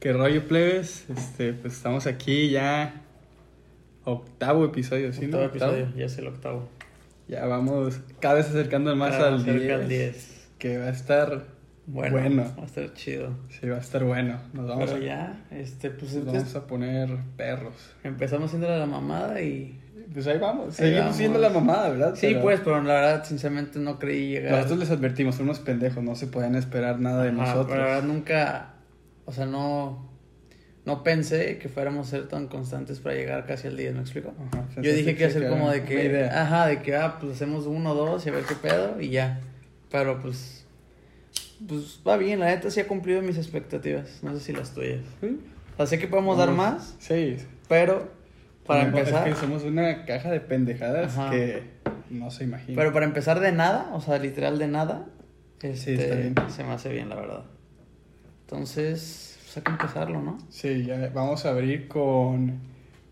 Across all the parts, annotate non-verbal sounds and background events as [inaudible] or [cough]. ¿Qué rollo, plebes? Este, pues estamos aquí ya. Octavo episodio, ¿sí? Octavo no? episodio, ya es el octavo. Ya vamos cada vez acercando más Para al cerca 10. al 10. Que va a estar. Bueno, Bueno. va a estar chido. Sí, va a estar bueno. Nos vamos, Pero a, ya, este, pues nos entonces vamos a poner perros. empezamos siendo la mamada y... Pues ahí vamos. Ahí Seguimos vamos. siendo la mamada, ¿verdad? Sí, Ah, Pero pues, pero la verdad, sinceramente no creí llegar... Nosotros les advertimos, son unos pendejos, no se podían esperar nada de Ajá, nosotros. pero la verdad nunca, o sea, no, no pensé que fuéramos a ser tan constantes para llegar casi al 10, ¿me explico? Ajá, Yo dije que iba a ser era como de una que, idea. ajá, de que, ah, pues hacemos uno, dos y a ver qué pedo y ya. Pero pues, pues va bien, la neta sí ha cumplido mis expectativas, no sé si las tuyas. Sí. O sea, sé que podemos dar más, Sí. pero para Mejor empezar, Es que somos una caja de pendejadas Ajá. que no se imagina. pero para empezar de nada, o sea, literal de nada, Sí, este, está bien. se me hace bien, la verdad. Entonces, pues hay que empezarlo, ¿no? Sí, ya vamos a abrir con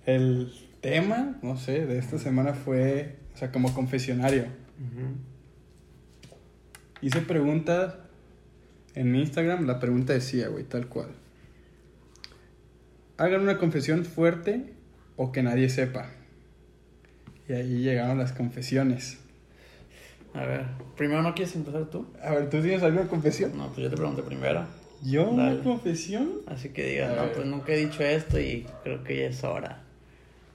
el tema, no sé, de esta semana fue, o sea, como confesionario. Hice preguntas en mi Instagram, la pregunta decía, güey, tal cual. Hagan una confesión fuerte o que nadie sepa. Y ahí llegaron las confesiones. A ver, primero no quieres empezar tú. A ver, ¿tú tienes alguna confesión? No, pues yo te pregunté primero. ¿Yo una Dale. confesión? Así que digas, A no, ver. pues nunca he dicho esto y creo que ya es hora.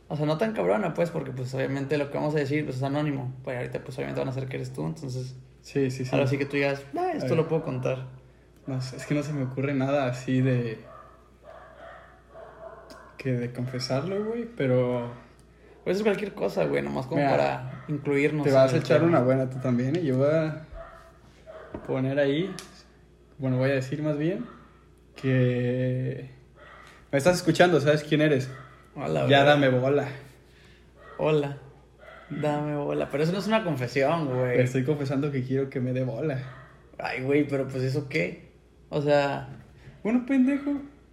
O sea, no tan cabrona, pues, porque pues obviamente lo que vamos a decir pues, es anónimo. Pues ahorita pues obviamente van a saber que eres tú, entonces Sí, sí, sí. ahora sí que tú digas, "Ah, esto ver. lo puedo contar. No sé, es que no se me ocurre nada así de. que de confesarlo, güey, pero. Pues es cualquier cosa, güey, nomás como Mira, para incluirnos. te en vas a el echar tema. una buena tú también, y yo voy a poner ahí. Bueno, voy a decir más bien que. Me estás escuchando, ¿sabes quién eres? Hola, ya güey. dame bola. Hola. Dame bola. Pero eso no es una confesión, güey. Te estoy confesando que quiero que me dé bola. Ay, güey, pero pues eso qué. O sea, Bueno, pendejo.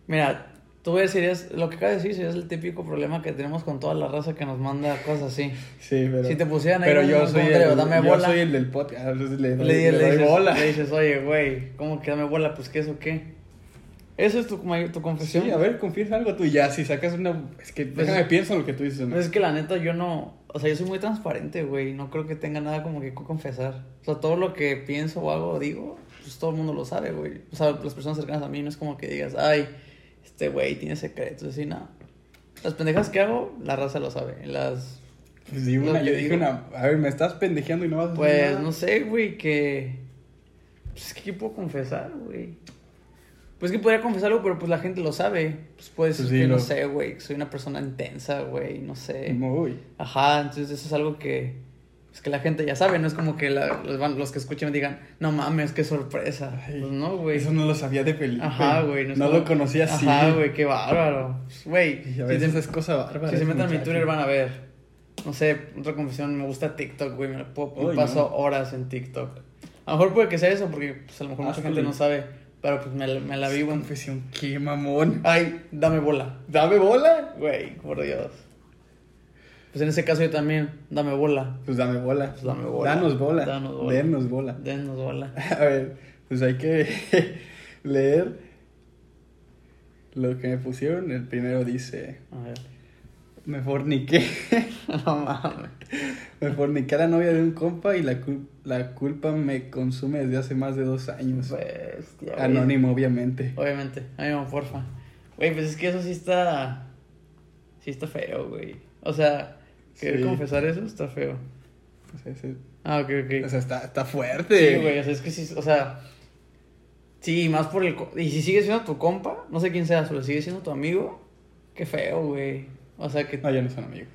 Mira, tú ves, serías, lo que acabas de decir serías el típico problema que tenemos con toda la raza que nos manda cosas así. Sí, pero. Si te pusieran ahí pero un yo soy comentario, el, dame yo bola. soy el del podcast. Le, doy- le, di- le le doy dices, bola. le dices, oye, güey, ¿cómo que dame bola? Pues qué eso qué. Eso es tu, may- tu confesión. Sí, a ver, confiesa algo tú. Ya, si sacas una. Es que Pues- déjame pienso en lo que tú dices. ¿no? Pues es que la neta yo no, o sea, yo soy muy transparente, güey, no creo que tenga nada como que confesar. O sea, todo lo que pienso o hago o digo, pues todo el mundo lo sabe, güey. O sea, las personas cercanas a mí no es como que digas, ay, este güey tiene secretos, así, no. Las pendejas que hago, la raza lo sabe. Las Pues di lo una, que yo dije digo. una. A ver, me estás pendejeando y no vas a hacer Pues nada. no sé, güey, que. Pues es que ¿qué puedo confesar, güey. Pues que podría confesarlo, pero pues la gente lo sabe. Pues puede ser Pues, que dilo. no sé, güey, que soy una persona intensa, güey, no sé. Muy. Pues Ajá, entonces eso es algo que. Pues que la gente ya sabe, no es como que la- los, van- los que escuchen digan, no mames, qué sorpresa. Ay, pues no, güey. Eso no lo sabía de Felipe. Ajá, güey. No, es como- lo conocía así. Ajá, güey, qué bárbaro. Pues, Güey, Y a si te- veces es cosa bárbara. si se ese meten a mi muchacho. Twitter van a ver. No sé, otra confesión, me gusta TikTok, güey. Me, la puedo- me Uy, paso horas en TikTok. A lo mejor puede que sea eso, porque pues, a lo mejor mucha Hazle. gente no sabe. Pero pues me, la- me la vivo en... Confesión, qué mamón. Ay, dame bola. Dame bola. Güey, por Dios. Pues en ese caso yo también, dame bola. Pues dame bola. Pues dame bola. Danos bola. Danos bola. Denos bola. [laughs] Denos bola. A ver, pues hay que [laughs] leer lo que me pusieron. El primero dice: A ver. Me [laughs] forniqué. No mames. Me fornicé a la novia de un compa y la, cul- la culpa me consume desde hace más de dos años. Bestia, güey. Anónimo, obviamente. Obviamente, ánimo, porfa. Güey, pues es que eso sí está. Sí está feo, güey. O sea, querer Sí. confesar eso está feo. O sea, ese- Ah, ok, ok. o sea, está, está fuerte. sí, güey, o sea, es que sí, o sea. Sí, más por el. co- Y si sigue siendo tu compa, no sé quién seas, pero sigue siendo tu amigo, qué feo, güey. O sea que. No, ya no son amigos.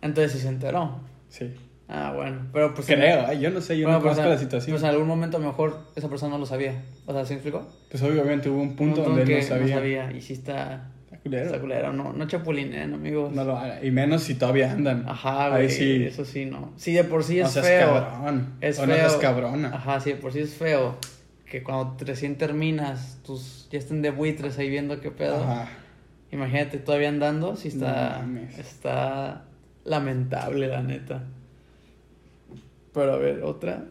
Entonces sí se enteró. Sí. Ah, bueno, pero pues. Creo, ay, yo no sé, yo Bueno, no pues, conozco en- la situación. Pues en algún momento a lo mejor esa persona no lo sabía. O sea, ¿se explicó? pues obviamente hubo un punto Un donde él que no sabía. No sabía. Y sí está. Está culero. Está culero, no, no chapulinen, amigos. No lo haga. Y menos si todavía andan. Ajá, Ahí güey. sí. Eso sí, no. Sí, de por Ah, sí no es seas feo. cabrón. Es o feo. Ah, no seas cabrona. Ajá, sí, de por sí es feo. Que cuando recién terminas, tus ya estén de buitres ahí viendo qué pedo. Ajá. Imagínate todavía andando, sí está. No mames. está lamentable, la neta. Pero a ver, otra.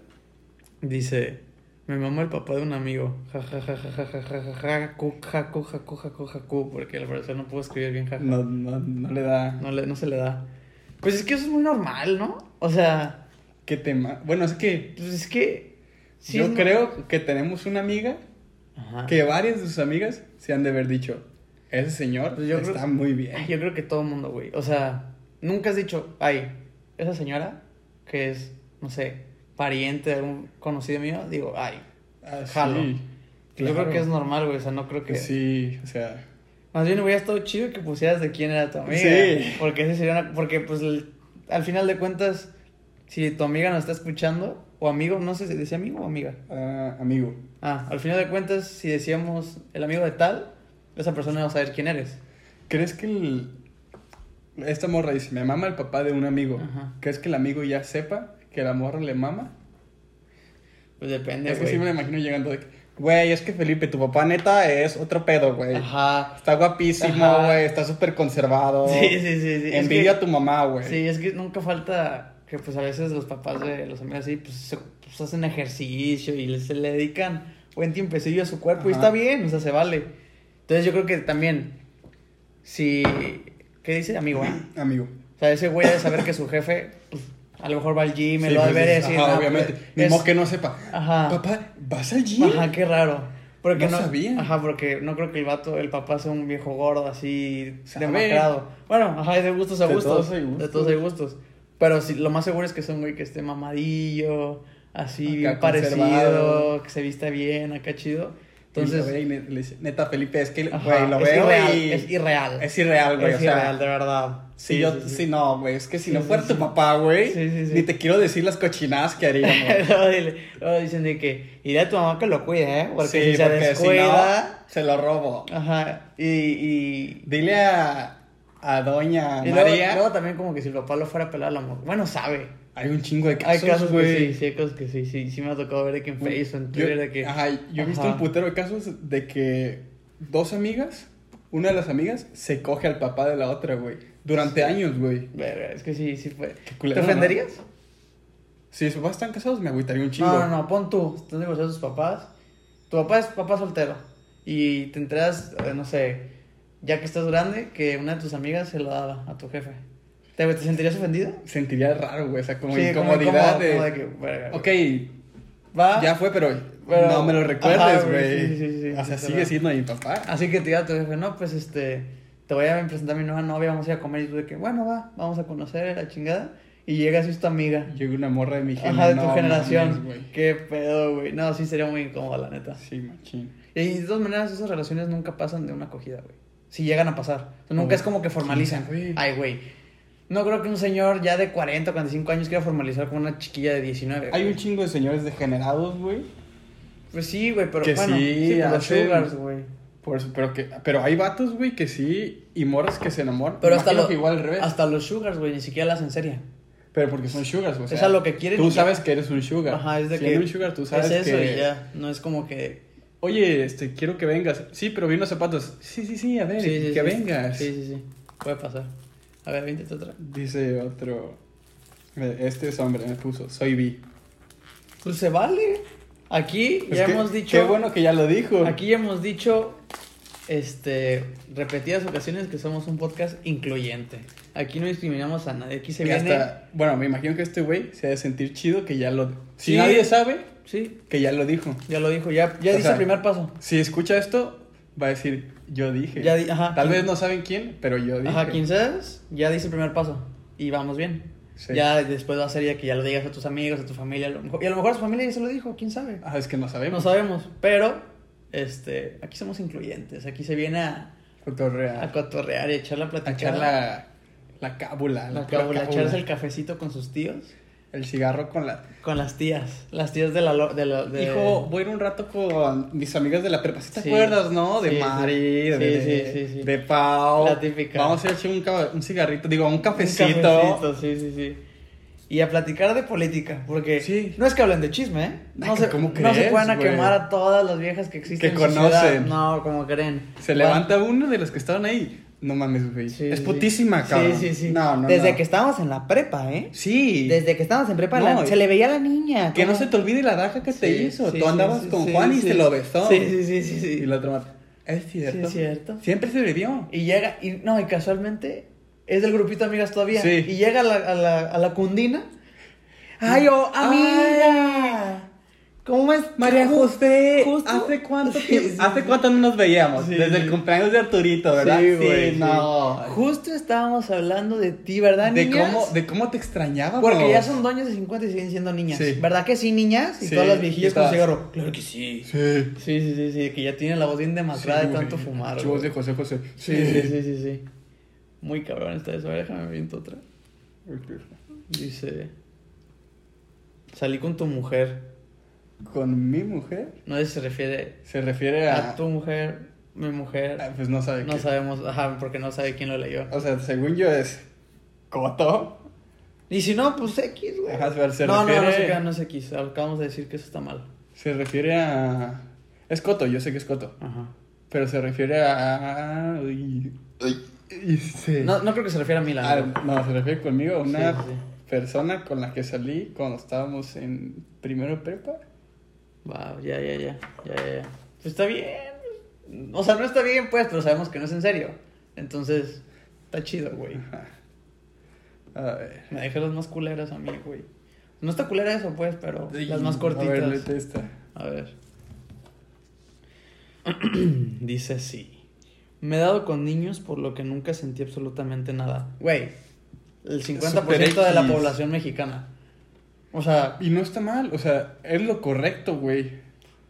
Dice: Me mamó el papá de un amigo. Ja, ja, ja, ja, ja, ja, ja, ja, ja, cu, ja, cu, ja, cu, ja, cu, ja, cu, porque al parecer no puedo escribir bien, ja, ja. No, no, no le da. No, le, no se le da. Pues es que eso es muy normal, ¿no? O sea, ¿Qué tema? Bueno, es que pues es que... sí yo es Ah. no- creo que tenemos una amiga Ajá. que varias de sus amigas se han de haber dicho: Ese señor Pues yo creo- está muy Ay, bien. Yo creo que todo el mundo, güey. O sea, nunca has dicho, ay, esa señora que es, no sé, pariente de algún conocido mío, digo, ay. Ah, Jalo. sí, Yo creo claro. que es normal, güey. O sea, no creo que. Sí, o sea. Más bien hubiera estado chido que pusieras de quién era tu amiga. Sí. Porque ese sería una- Porque, pues, el- al final de cuentas, si tu amiga nos está escuchando, o amigo, no sé si decía amigo o amiga. ah, amigo. Ah, al final de cuentas, si decíamos el amigo de tal, esa persona va a saber quién eres. ¿Crees que el... esta morra dice, me mama el papá de un amigo? Ajá. ¿Crees que el amigo ya sepa que la morra le mama? Pues depende, es que güey. sí me la imagino llegando de que, güey, es que Felipe, tu papá neta es otro pedo, güey. Ajá. Está guapísimo, Ajá. güey, está súper conservado. Sí, sí, sí, sí. Es Envidia que- a tu mamá, güey. Sí, es que nunca falta que pues a veces los papás de los amigos así pues, se- pues, hacen ejercicio y les, se le dedican buen tiempecillo a su cuerpo y Ajá. está bien, o sea, se vale. Entonces yo creo que también, si... ¿Qué dice amigo? eh? Amigo. O sea, ese güey debe saber que su jefe pues, a lo mejor va al gym, Sí, lo va a pues, ver y dices, decir... ajá, "No, obviamente. pues, Ni es- modo que no sepa. Ajá. Papá, ¿vas al gym? Ajá, qué raro. Porque No no, sabía. Ajá, porque no creo que el vato, el papá sea un viejo gordo así Sabe. demacrado. Bueno, ajá, es de gustos a De gustos. todos hay gustos. De todos hay gustos. Pero sí, lo más seguro es que sea un güey que esté mamadillo, así Acá bien conservado. parecido, que se vista bien, acá chido. Entonces, Entonces, y le, le dice, neta, Felipe, es que, ajá, güey, lo es veo irreal, y... es irreal. Es irreal, güey, Es o sea, irreal, de verdad. Si Sí, yo, sí, sí. si no, güey, es que si Sí, no sí, fuera sí. tu papá, güey, Sí, sí, sí. ni te quiero decir las cochinadas que haríamos. [laughs] Luego dile- luego dicen de que, iré a tu mamá que lo cuide, ¿eh? [laughs] Porque sí, si se porque si descuida... no, se lo robo. Ajá, y- y, Dile a, a doña Y luego, María, luego también como que si el papá lo fuera a pelar, la mujer. Bueno, sabe. hay un chingo de Hay casos, casos que güey. sí, sí, hay cosas que sí, sí, sí me ha tocado ver de que en Facebook, en Yo- Twitter, de que... Ajá, yo he visto Ajá. un putero de casos de que dos amigas, una de las amigas, se coge al papá de la otra, güey. Durante años, güey. Verga, es que sí, sí fue. culero, ¿Te ¿no? ofenderías? Si sus papás están casados, me agüitaría un chingo. No, no, no, pon tú. Estás divorciado de tus papás. Tu papá es papá soltero. Y te enteras, eh, no sé, ya que estás grande, que una de tus amigas se lo daba a tu jefe. ¿Te, te sentirías ofendido? Sentiría raro, güey, esa como Sí, como incomodidad incómodo, de... como de que, verga, güey. Ok, Va. Ya fue, pero, Pero- no me lo Ajá, recuerdes, güey, güey. sí, sí, sí, o sea, sí, sigue verdad. siendo mi papá. Así que te diga a tu jefe, no, pues este, te voy a presentar a mi nueva novia, vamos a ir a comer. Y tú de que, bueno, va, vamos a conocer la chingada. Y llegas y es tu amiga. Llegó una morra de mi Ajá, de tu no mames, generación. güey. Qué pedo, güey. No, sí sería muy incómodo, la neta. Sí, machín. Y de todas maneras, esas relaciones nunca pasan de una acogida, güey. Si llegan a pasar. O sea, nunca Uy, es como que formalizan. quién sabe. Ay, güey. No creo que un señor ya de 40 o 45 años quiera formalizar con una chiquilla de 19. Hay güey. un chingo de señores degenerados, güey. Pues sí, güey, pero Que bueno. sí, Sí, por los hacen- sugars, güey. Por eso, pero que pero hay vatos, güey, que sí y morras que se enamoran. Pero Me hasta, imagino lo- que igual al revés. hasta los sugars, güey, ni siquiera la hacen seria. Pero porque son sugars, o sea. Es a lo que quieren Tú y ya. sabes que eres un sugar. Ajá, es de Siendo que. un sugar tú sabes es eso que y ya. No es como que. Oye, este, quiero que vengas. Sí, pero vi unos zapatos. Sí, sí, sí, a ver, Sí, sí, que sí. vengas. Sí, sí, sí. Puede pasar. A ver, véntete otra. Dice otro este es hombre, me puso, soy bi. Pues se vale. Aquí Pues ya qué- hemos dicho. Qué bueno que ya lo dijo. Aquí ya hemos dicho. Este. Repetidas ocasiones que somos un podcast incluyente. Aquí no discriminamos a nadie. Aquí se Y viene. hasta- bueno, me imagino que este güey se ha de sentir chido que ya lo... Si Sí. nadie sabe, Sí, que ya lo dijo. ya lo dijo. Ya, ya O dice sea, el primer paso. Si escucha esto, va a decir, yo dije. Ya di- ajá. Tal vez no saben quién, pero yo dije. Ajá, 15 veces, ya dice el primer paso y vamos bien. Sí. Ya después va a ser ya que ya lo digas a tus amigos, a tu familia. a lo mejor- y a lo mejor a su familia ya se lo dijo, quién sabe. Ah, es que no No sabemos. sabemos, pero este, aquí somos incluyentes. Aquí se viene a, Cotorrea. a cotorrear y a echar la A platicada. echar la, la cábula. la pura cábula, echarse el cafecito con sus tíos, El cigarro con la... con las tías. Las tías de la. lo- De la- de- Hijo, voy a ir un rato con mis amigas de la prepa. ¿Sí te Sí. acuerdas, no? De Sí, sí. Mari, de, Sí, de- sí, sí, sí. de Pau. La típica. Vamos a echar un, ca- un cigarrito, digo, un un cafecito. cafecito, sí, sí, sí. Y a platicar de política, porque Sí. no es que hablen de chisme, ¿eh? Ay, No, se, ¿cómo no crees, se van a güey? quemar a todas las viejas que existen. Que en su conocen. ciudad. No, como creen. Se Van- levanta uno de los que estaban ahí. No mames, güey. Sí, es sí. putísima, cabrón. Sí, sí, sí. No, no, Desde no. que estábamos en la prepa, ¿eh? Sí. Desde que estábamos en prepa, la- No, y- se le veía a la niña. Que no ¿cómo? se te olvide la daja que te Sí, hizo. sí, Tú sí, andabas sí, con sí, Juan y sí. se lo besó. Sí, sí, sí, sí, sí. Y la otra mata. Es cierto. es cierto. Siempre se bebió. Y llega, y no, y casualmente es del grupito de amigas todavía. Sí. Y llega a la, a la, a la cundina. ¡Ay, oh, amiga! ¿Cómo es? María ¿Cómo- José, justo? ¿hace cuánto [laughs] Sí, tiempo- sí, ¿Hace sí. cuánto no nos veíamos? Sí, Desde sí. el cumpleaños de Arturito, ¿verdad? Sí, güey. sí. no. Justo estábamos hablando de ti, ¿verdad, de niñas? cómo, de cómo te extrañaba, Porque bro. ya son doñas de 50 y siguen siendo niñas. Ah, Sí. ¿Verdad que sí, niñas? Y Sí, todas las y viejillas con todas. cigarro. Claro que sí. Sí. Sí, sí, sí, sí. Que ya tienen la voz bien demacrada de tanto fumar. Chivos güey. de José José. Sí, sí, sí, sí, sí. Muy cabrón está eso. A ver, déjame viento otra. Dice... Salí con tu mujer. Con mi mujer No sé si se refiere se refiere a. a tu mujer, mi Ah, mujer. Pues no sabe No qué. sabemos, ajá, porque no sabe quién lo leyó. O sea, según yo es. Coto. Y si no, pues X, güey. Ajá, pero se no, no, no refiere- se queda, no es X. Acabamos de decir que eso está mal. Se refiere a. Es Coto, yo sé que es Coto. Ajá. Pero se refiere a. Uy. Y se- No, no creo que se refiera a Milan. Ah, güey. no, se refiere conmigo a una Sí, sí. persona con la que salí cuando estábamos en primero de prepa. Wow, ya, ya, ya, ya, ya, ya. Pues está bien. O sea, no está bien, pues, pero sabemos que no es en serio. Entonces, está chido, güey. Ajá. A ver. Me dejé las más culeras a mí, güey. No está culera eso, pues, pero las más A ver, cortitas. léete esta. A ver. [clears throat] Dice así. Me he dado con niños por lo que nunca sentí absolutamente nada. Güey, el 50% de la Super X. población mexicana. O sea, Y no está mal, o sea, es lo correcto, güey.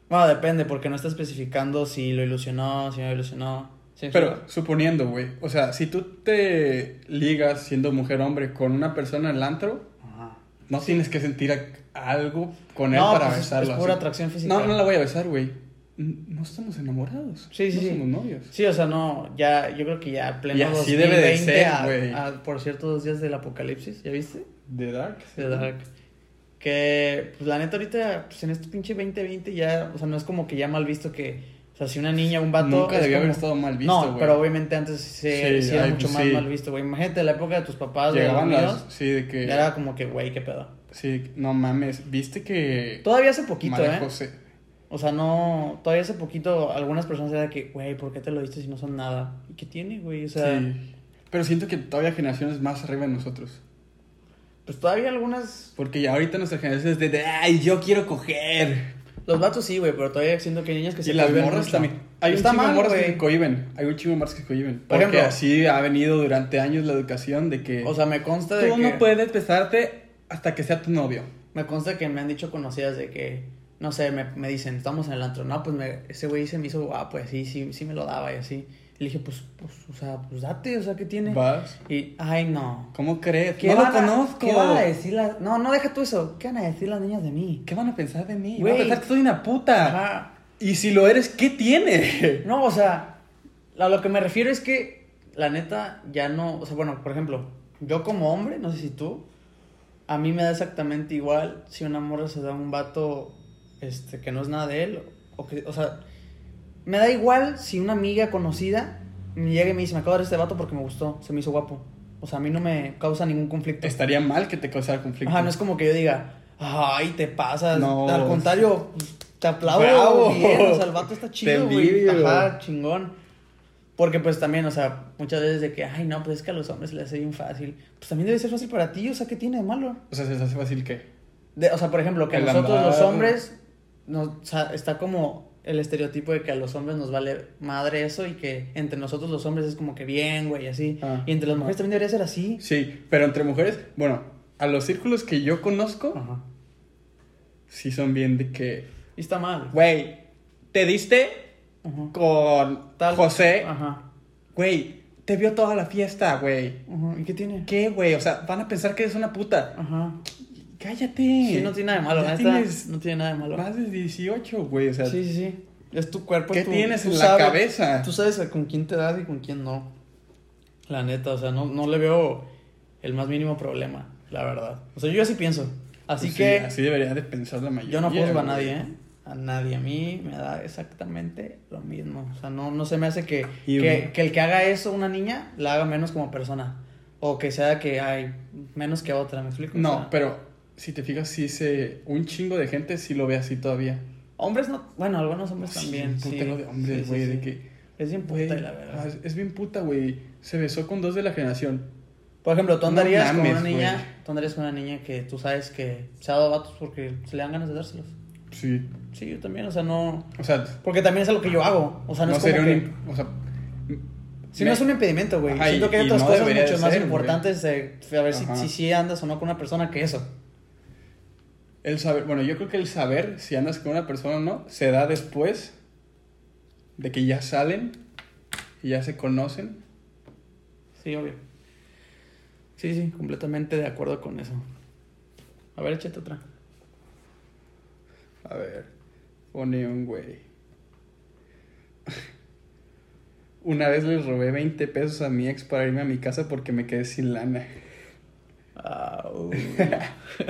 Bueno, depende, porque no está especificando si lo ilusionó, si no lo ilusionó. ¿Sí me Pero explico? suponiendo, güey, o sea, si tú te ligas siendo mujer-hombre con una persona en el antro, Ajá. no tienes que sentir a- algo con él No, para pues es- besarlo. es pura así. atracción física. No, no la voy a besar, güey. N- No estamos enamorados. Sí, sí, no sí. somos novios. Sí, o sea, no, ya, yo creo que ya pleno Y así debe de ser, a- güey. a, por cierto, dos días del apocalipsis, ¿ya viste? The Dark. De Dark. Que, pues la neta, ahorita, pues en este pinche 2020 ya, o sea, no es como que ya mal visto que, o sea, si una niña, un vato. Nunca es debió haber como- estado mal visto, No, güey. pero obviamente antes se, Sí, sí era ay, mucho pues más sí. mal visto, güey. Imagínate la época de tus papás, de los Llegaban míos. las... Sí, de que... ya Era como que, güey, qué pedo. Sí, no mames. ¿Viste que... Todavía hace poquito, María ¿eh? José... O sea, no. Todavía hace poquito algunas personas eran que, güey, ¿por qué te lo diste si no son nada? ¿Y qué tiene, güey? O sea, Sí. Pero siento que todavía generaciones más arriba de nosotros. pues todavía algunas. Porque ya ahorita nuestra generación es de, de, ay, yo quiero coger. Los vatos sí, güey, pero todavía siento que hay niñas que se y las cohiben morras mucho. también. Hay un Está chingo de mal, morras que güey. se cohiben. Hay un chingo de morras que se cohiben. Por Porque ejemplo. así ha venido durante años la educación de que O sea, me consta de tú que. no puedes besarte hasta que sea tu novio. Me consta que me han dicho conocidas de que. No sé, me, me dicen, estamos en el antro. No, pues me- ese güey se me hizo, ah, pues sí, sí, sí me lo daba y así. Y le dije, pues, pues, o sea, pues date, o sea, ¿qué tiene? ¿Vas? Y, ay, no. ¿Cómo crees? ¿Qué no van lo a- conozco. ¿Qué van a decir las.? No, no deja tú eso. ¿Qué van a decir las niñas de mí? ¿Qué van a pensar de mí? Van Güey. a pensar que soy una puta. Ajá. Y si lo eres, ¿qué tiene? [laughs] No, o sea, a lo que me refiero es que la neta ya no, o sea, bueno, por ejemplo, yo como hombre, no sé si tú, a mí me da exactamente igual si una morra se da un vato este que no es nada de él o que, o sea, me da igual si una amiga conocida me llega y me dice, "Me acabo de dar este vato porque me gustó, se me hizo guapo." O sea, a mí no me causa ningún conflicto. Estaría mal que te causara conflicto. Ajá, no es como que yo diga, ay, te pasas. No. Al contrario, te aplaudo. Bravo. Bien, o sea, el vato está Te chido, güey. envidio. Ajá, chingón. Porque pues también, o sea, muchas veces de que, ay, no, pues es que a los hombres se les hace bien fácil. Pues también debe ser fácil para ti, o sea, ¿qué tiene de malo? O sea, se les hace fácil que. De- o sea, por ejemplo, que a El nosotros los andar. hombres, nos, o sea, está como el estereotipo de que a los hombres nos vale madre eso y que entre nosotros los hombres es como que bien, güey, y así. Ah, y entre las ah. mujeres también debería ser así. Sí, pero entre mujeres, bueno, a los círculos que yo conozco, Ajá. sí son bien de que, Y está mal. güey, te diste Ajá. con Tal- Ah. José, Ajá. güey, te vio toda la fiesta, güey. Ajá, ¿Y qué tiene? ¿Qué, güey? O sea, van a pensar que eres una puta. Ajá. Cállate. Sí, no tiene nada de malo, Ya la neta. tienes No tiene nada de malo. más de 18, güey, o sea, Sí, sí, sí. Es tu cuerpo. ¿qué tú- tienes tú en sabes- la cabeza? Tú sabes con quién te das y con quién no. La neta, o sea, no, no le veo el más mínimo problema, la verdad. O sea, yo así pienso. Así Pues sí, que así debería de pensar la mayoría. yo no juzgo a güey. nadie, ¿eh? a nadie. A mí me da exactamente lo mismo. O sea, no, no se me hace que, Y que, uno- que el que haga eso una niña la haga menos como persona. O que sea que hay menos que otra, ¿me explico? O No, sea, pero si te fijas, sí se. Un chingo de gente sí lo ve así todavía. Hombres no. Bueno, algunos hombres Sí, Pues también. un Sí, putero de Sí, hombres, sí, güey, sí. de que. Es bien puta, güey, la verdad. ah, es- es bien puta, güey. Se besó con dos de la generación. Por ejemplo, tú No andarías con una mames, niña. güey. Tú andarías con una niña que tú sabes que se ha dado vatos porque se le dan ganas de dárselos. Sí. Sí, yo también, o sea, no. O sea, Porque también es algo que yo hago. O sea, no, no es como sería un. que- im- O sea, Sí, no es un impedimento, güey. Ajá, Siento y- que hay y otras no cosas debería mucho de más ser, güey. importantes de de a ver si, Ajá. si sí andas o no con una persona que eso. El saber, bueno, yo creo que el saber si andas con una persona o no se da después de que ya salen y ya se conocen. Sí, obvio. Sí, sí, completamente de acuerdo con eso. A ver, échate otra. A ver, pone un güey. [laughs] Una vez les robé 20 pesos a mi ex para irme a mi casa porque me quedé sin lana. [laughs] Au. Ah, uh.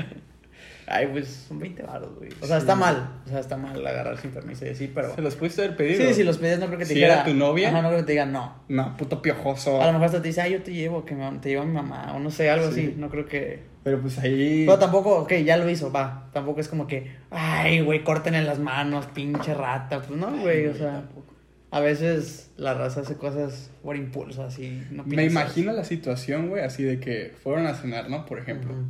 Ay, pues son 20 baros, güey. O sea, Sí. está mal. O sea, está mal agarrar sin permiso y así, pero. ¿Se los pudiste haber pedido? Sí, si los pedías, no creo que te Si dijera. era tu novia. Oh. Ajá, no creo que te diga no. No, puto piojoso. A lo mejor hasta te dice, ay, yo te llevo, que me- te lleva mi mamá, o no sé, algo Sí. así. No creo que. Pero pues ahí. Pero tampoco, ok, ya lo hizo, va. Tampoco es como que, ay, güey, córtenle las manos, pinche rata. Pues no, güey, o sea. A veces la raza hace cosas por impulso, así. No Me piensas. imagino la situación, güey, así de que fueron a cenar, ¿no? Por ejemplo. Ujú.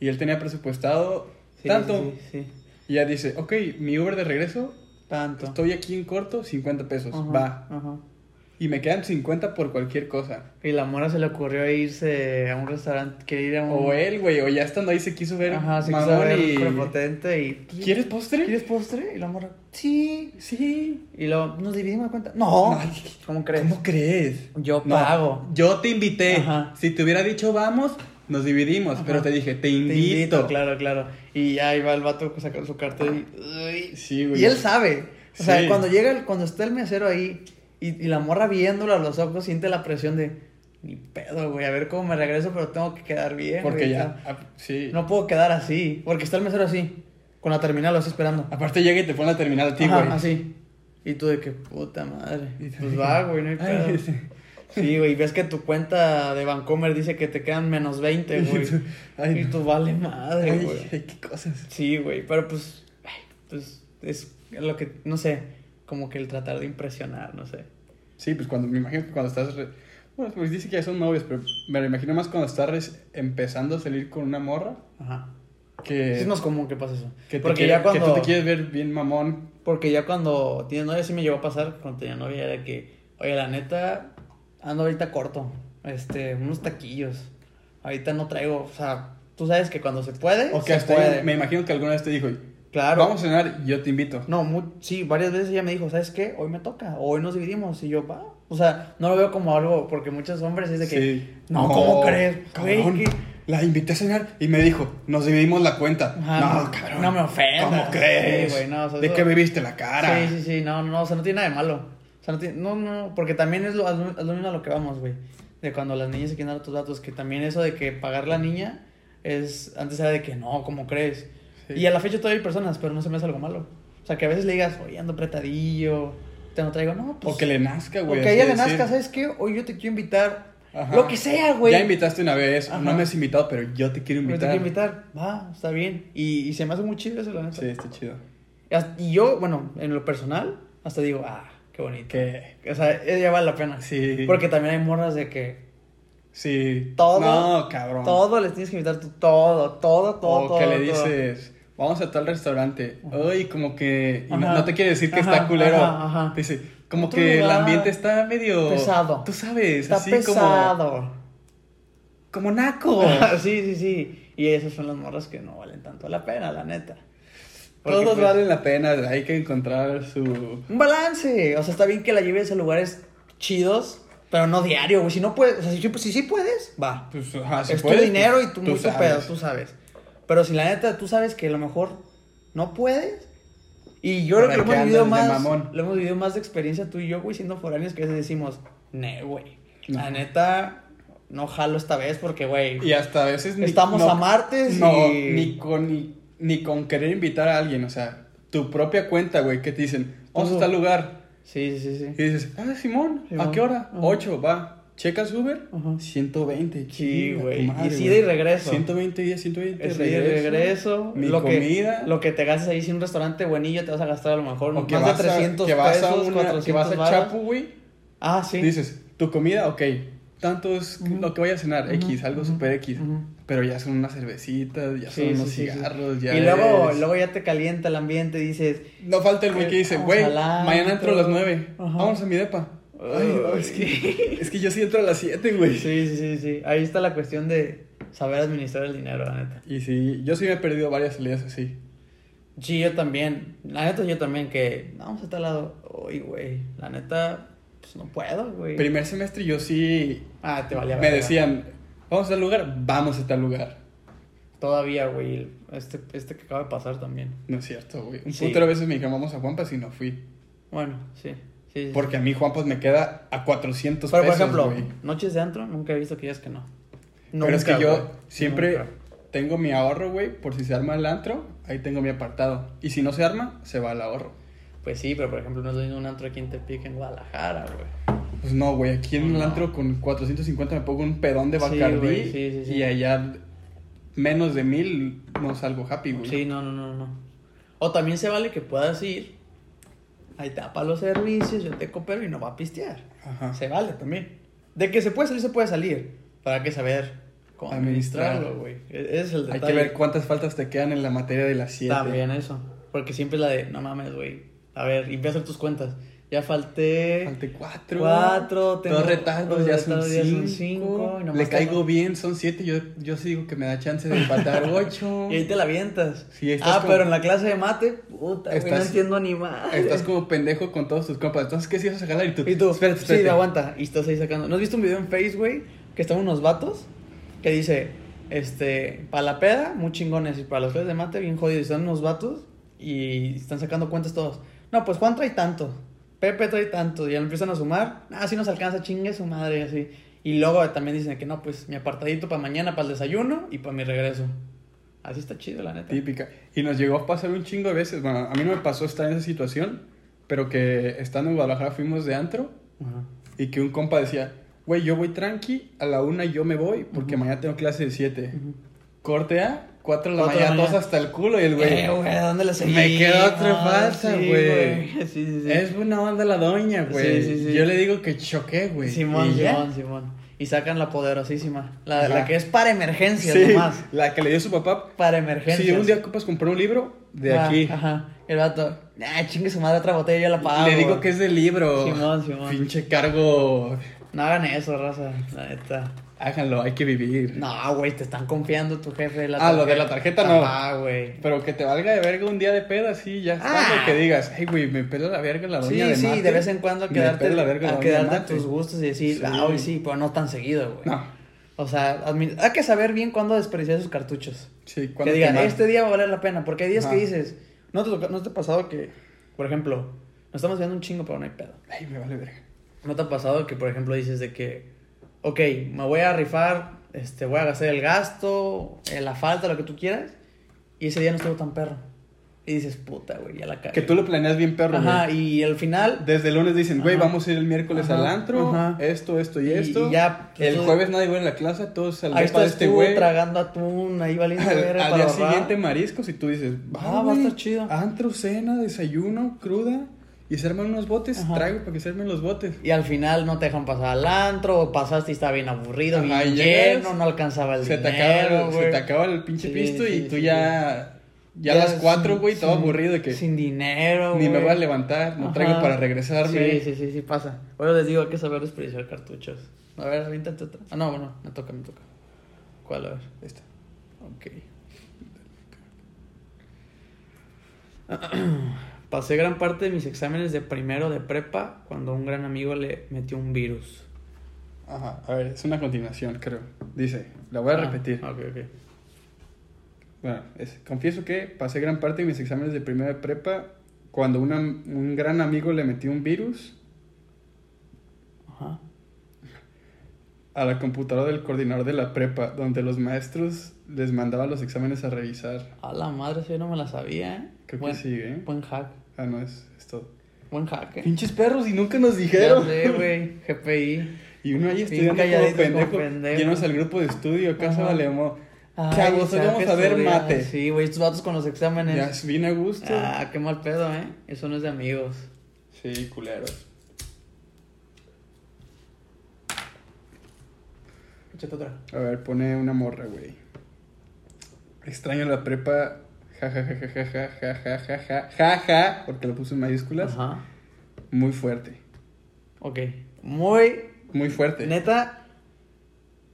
Y él tenía presupuestado Sí, tanto. Sí, sí. Y ya dice, ok, mi Uber de regreso, Tanto. estoy aquí en corto, 50 pesos, Ajá, va. ajá. Y me quedan 50 por cualquier cosa. Y la mora se le ocurrió irse a un restaurante, quería ir a un. O él, güey, o ya estando ahí se quiso ver Ah. Ajá, se quiso mamón ver y- prepotente y. ¿Quieres postre? ¿Quieres postre? Y la morra, sí. Sí. Y luego, ¿nos dividimos la cuenta? No. Ay, ¿Cómo crees? ¿Cómo crees? Yo No, pago. Yo te invité. Ajá. Si te hubiera dicho vamos, nos dividimos. Ajá. Pero te dije, te Te invito. invito, claro, claro. Y ya ahí va el vato sacando su carta y. uy. Sí, güey. Y él sabe. O sea, Sí. cuando llega, el- cuando está el mesero ahí y, y la morra viéndolo a los ojos, siente la presión de. Ni pedo, güey. A ver cómo me regreso, pero tengo que quedar bien. Porque güey". ya. ah, Sí. No puedo quedar así. Porque está el mesero así. Con la terminal, lo así esperando. Aparte llega y te pone la terminal a ti, Ajá, güey. así. Y tú de que puta madre. Y te- Pues va, güey, no hay Ay, [laughs] pedo. sí. Sí, güey, ves que tu cuenta de Vancomer dice que te quedan menos 20, güey. Y tú- ay, y tú vale madre, Ay, güey. qué cosas. Sí, güey, pero pues, ay, pues es lo que, no sé, como que el tratar de impresionar, no sé. Sí, pues cuando me imagino que cuando estás. re- Bueno, pues dice que ya son novios, pero me lo imagino más cuando estás res- empezando a salir con una morra. Ajá. Que, es más común que pasa eso. que, te porque quiere- ya que cuando... tú te quieres ver bien mamón. Porque ya cuando tienes novia, sí me llegó a pasar cuando tenía novia, era que, oye, la neta, ando ahorita corto, este, unos taquillos, ahorita no traigo, o sea, tú sabes que cuando se puede, O que se hasta puede. me imagino que alguna vez te dijo, Claro. vamos a cenar, yo te invito. No, mu- sí, varias veces ella me dijo, ¿sabes qué? Hoy me toca, o hoy nos dividimos, y yo, va. O sea, no lo veo como algo, porque muchos hombres es de que, Sí. no, ¿cómo crees? Güey, Cabrón, que- La invité a cenar y me dijo, nos dividimos la cuenta. Ajá, no, cabrón. no me ofendas. ¿Cómo crees? Sí, güey, no, o sea, ¿De eso- qué me viste la cara? Sí, sí, sí, no, no, o sea, no tiene nada de malo. O sea, no, tiene- no, no, porque también es lo, es lo mismo a lo que vamos, güey. De cuando las niñas se quieren dar otros datos, que también eso de que pagar la niña es, antes era de que no, ¿cómo crees? Sí. Y a la fecha todavía hay personas, pero no se me hace algo malo. O sea, que a veces le digas, oye, ando apretadillo, te no traigo, no, pues. O que le nazca, güey. o que a así ella le decir. nazca, ¿sabes qué? Hoy yo te quiero invitar, Ajá. lo que sea, güey. Ya invitaste una vez, Ajá. no me has invitado, pero yo te quiero Pero invitar. te quiero invitar, va, está bien. Y, y se me hace muy chido eso, la neta. Sí, está chido. Y hasta- Y yo, bueno, en lo personal, hasta digo, ah, qué bonito. Que O sea, eh, ya vale la pena. sí. Porque también hay morras de que sí. Todo- No, cabrón. todo les tienes que invitar tú, todo, todo, todo. o que todo, le todo. dices, vamos a tal restaurante. Ajá. Ay, como que. y no, Ajá. no te quiere decir que Ajá, está culero. ajá, ajá. Te dice, como Otro que el lugar. ambiente está medio. Pesado. Tú sabes, Está así como. pesado. Como [laughs] naco. [laughs] sí, sí, sí. Y esas son las morras que no valen tanto la pena, la neta. Porque, Todos pues, valen la pena, hay que encontrar su. Un balance. O sea, está bien que la lleves a lugares chidos, pero no diario, güey. Si no puedes, o sea, si, si sí puedes, va. Pues, ajá, si es puedes, tu dinero pues, y tú, muy tu pedo, tú sabes. Pero si la neta tú sabes que a lo mejor no puedes. Y yo creo que Para lo que hemos vivido andes de más. mamón. Lo hemos vivido más de experiencia tú y yo, güey, siendo foráneos que a veces decimos, ne, güey. La No. neta, no jalo esta vez porque, güey. Y hasta a veces. ni- Estamos no- a martes No, y- ni, con, ni, ni con querer invitar a alguien, o sea. tu propia cuenta, güey, que te dicen, vamos a Ojo. tal lugar. Sí, sí, sí. Y dices, ah, Simón, ¿a Simón. qué hora? Ajá. 8, va. Checas Uber, Ajá. 120. Sí, chinga tu güey. madre, Y sí de regreso. 120 días, 120 Es de regreso. Mi lo comida. Que, lo que te gastas ahí, si un restaurante buenillo te vas a gastar a lo mejor O que más vas, de a, 300 que vas a pesos, una- 400 que vas a varos. Chapu, güey. Ah, sí. Dices, tu comida, ok. Tanto es Ujú. lo que voy a cenar, Ujú, X, algo ujú, super X. ujú. Pero ya son unas cervecitas, ya Sí, son sí, unos sí, sí. cigarros, ya. y luego, es- luego ya te calienta el ambiente y dices, No falta el güey que dice, Vamos güey, al antro. mañana entro a las 9. Eh, Ajá. Vamos a mi depa. Ay, no, es [laughs] que, es que yo sí entro a las 7, güey. sí, sí, sí, sí. Ahí está la cuestión de saber administrar el dinero, la neta. Y sí, yo sí me he perdido varias salidas así. Sí, yo también. La neta, yo también, que vamos a tal lado. Uy, güey, la neta, pues no puedo, güey. Primer semestre yo sí Ah, te valía me verga. decían, vamos a tal lugar, vamos a tal lugar. Todavía, güey, este, este que acaba de pasar también. No es cierto, güey. Un Sí. putero de veces me dijeron, vamos a Juanpas y no fui. Bueno, sí. sí, sí. Porque a mí Juanpas me queda a 400 Pero, por pesos, ejemplo, güey. noches de antro, nunca he visto que digas que no. Pero es que Nunca, yo güey. siempre Nunca. tengo mi ahorro, güey, por si se arma el antro, ahí tengo mi apartado. Y si no se arma, se va el ahorro. Pues sí, pero por ejemplo, no es lo mismo un antro aquí en Tepic, en Guadalajara, güey. Pues no, güey, aquí en el No. antro con 450 me pongo un pedón de Sí, Bacardí güey, sí, sí, sí. y allá menos de mil no salgo happy, güey. Sí, no, no, no, no. O también se vale que puedas ir, ahí tapa los servicios, yo te coopero y no va a pistear. Ajá. Se vale también. De que se puede salir, se puede salir. Pero hay que saber cómo Administrar. administrarlo, güey. E- Ese es el Hay detalle. que ver cuántas faltas te quedan en la materia de las 7. También eso. Porque siempre es la de, no mames, güey. A ver, y ve a hacer tus cuentas. Ya falté. Falte cuatro. Cuatro, tengo- Dos retardos, ya son retardos, ya cinco. son cinco, y nomás Le caigo tengo- bien, son siete. Yo, yo sí digo que me da chance de [laughs] empatar ocho. Y ahí te la avientas. Sí, estás ah, como- pero en la clase de mate, puta, güey, no Estás- entiendo ni más. Estás como pendejo con todos tus compas. Entonces, ¿qué si vas a jalar? Y tú, Y tú, espérate, espérate. sí, aguanta. Y estás ahí sacando. ¿No has visto un video en Facebook, güey? Que están unos vatos que dice, este, para la peda, muy chingones. Y para las clases de mate, bien jodidos. Y Están unos vatos y están sacando cuentas todos. No, pues Juan trae tanto. Pepe trae tanto. Y ya lo empiezan a sumar. Ah, sí nos alcanza, chingue su madre. Y así. Y luego también dicen que no, pues mi apartadito para mañana, para el desayuno y para mi regreso. Así está chido, la neta. Típica. Y nos llegó a pasar un chingo de veces. Bueno, a mí no me pasó estar en esa situación, pero que estando en Guadalajara fuimos de antro Ajá. y que un compa decía, güey, yo voy tranqui, a la una yo me voy porque mañana tengo clase de siete. Ujú. Corte A, cuatro de la Cuatro de la mañana, todos mañana. hasta el culo y el güey. Eh, güey, ¿dónde la seguimos? Me quedó otra falta, Sí, güey. [laughs] Sí, sí, sí. Es buena onda la doña, güey. Sí, sí, sí. Yo le digo que choqué, güey. Simón, Y ya. Simón, Simón. Y sacan la poderosísima. La, Ajá. la que es para emergencias Sí, nomás. la que le dio su papá. Para emergencias. Si un día ocupas comprar un libro, de Ah, aquí. Ajá. El vato. Ah, chingue su madre, otra botella yo la pago. Le digo que es de libro. Simón, Simón. Pinche cargo. No hagan eso, raza. La neta. Háganlo, hay que vivir. No, güey, te están confiando tu jefe. La Ah, lo de la tarjeta no. Ah, güey. Pero que te valga de verga un día de peda, sí, ya está. Ah. Lo que digas, hey, güey, me pela la verga la Sí, doña de sí, mate. de vez en cuando Me quedarte, pela la verga la a doña de quedarte a mate". tus gustos y decir, Sí. ah, hoy sí, pero no tan seguido, güey. No, O sea, admi- hay que saber bien cuándo desperdiciar sus cartuchos. sí, Que cuando digan, este día va a valer la pena. Porque hay días Ajá. que dices, ¿no te, toca- ¿no te ha pasado que, por ejemplo, nos estamos viendo un chingo, pero no hay pedo? Ay, me vale verga. ¿No te ha pasado que, por ejemplo, dices de que, ok, me voy a rifar, este, voy a gastar el gasto, eh, la falta, lo que tú quieras, y ese día no estuvo tan perro? Y dices, puta, güey, ya la cagué. Que tú lo planeas bien, perro, Ajá, güey. y al final, Desde el lunes dicen, güey, Ajá. vamos a ir el miércoles Ajá, al antro, ajá. esto, esto y, Y- esto. y ya, pues, el tú- jueves nadie va en la clase, todos al ahí depa de estás este tú güey. tragando atún, ahí [laughs] valiendo Al, verga al para día ahorrar. siguiente mariscos y tú dices, va, Ah, va a güey, estar chido. Antro, cena, desayuno, cruda. Y se arman unos botes, Ajá. traigo para que se armen los botes. Y al final no te dejan pasar al antro, o pasaste y estaba bien aburrido, Ajá, bien y llegas, lleno, no alcanzaba el se, te acaba, dinero, el- güey. se te acaba el pinche Sí, pisto y sí, tú sí. ya. Ya a las sin- 4, güey, todo sin- aburrido de que Sin dinero, ni me güey. voy a levantar, no Ajá. traigo para regresarme. Sí, sí, sí, sí, pasa. Bueno, les digo, hay que saber desperdiciar cartuchos. A ver, aviéntate otra. Ah, no, bueno, me toca, me toca. ¿Cuál? A ver. Esta. Ok. [clears throat] Pasé gran parte de mis exámenes de primero de prepa cuando un gran amigo le metió un virus. Ajá, a ver, es una continuación, creo. Dice, la voy a Ah, repetir. Ok, ok. Bueno, es, confieso que pasé gran parte de mis exámenes de primera de prepa cuando una- un gran amigo le metió un virus Ajá. a la computadora del coordinador de la prepa, donde los maestros les mandaba los exámenes a revisar. A la madre, eso yo no me la sabía, ¿eh? Creo buen, que sí, ¿eh? Buen hack. Ah, no, es, es todo. Buen hack, ¿eh? Pinches perros y nunca nos Ya dijeron. sé, güey. GPI. Y uno ahí Bien estudiando como calladito, como pendejo, pendejo. llenos al grupo de estudio, acá se Ajá. valemos. Ay, Chavos, hoy saca vamos a ver estudiar. mate. Sí, güey, estos vatos con los exámenes. Ya, bien a gusto. Ah, qué mal pedo, ¿eh? Eso no es de amigos. Sí, culeros. Échate otra. A ver, pone una morra, güey. Extraño la prepa. Ja, ja, ja, ja, ja, ja, ja, ja, ja, ja, ja, ja, porque lo puso en mayúsculas. Ajá. Muy fuerte. Ok. Muy Muy fuerte. neta.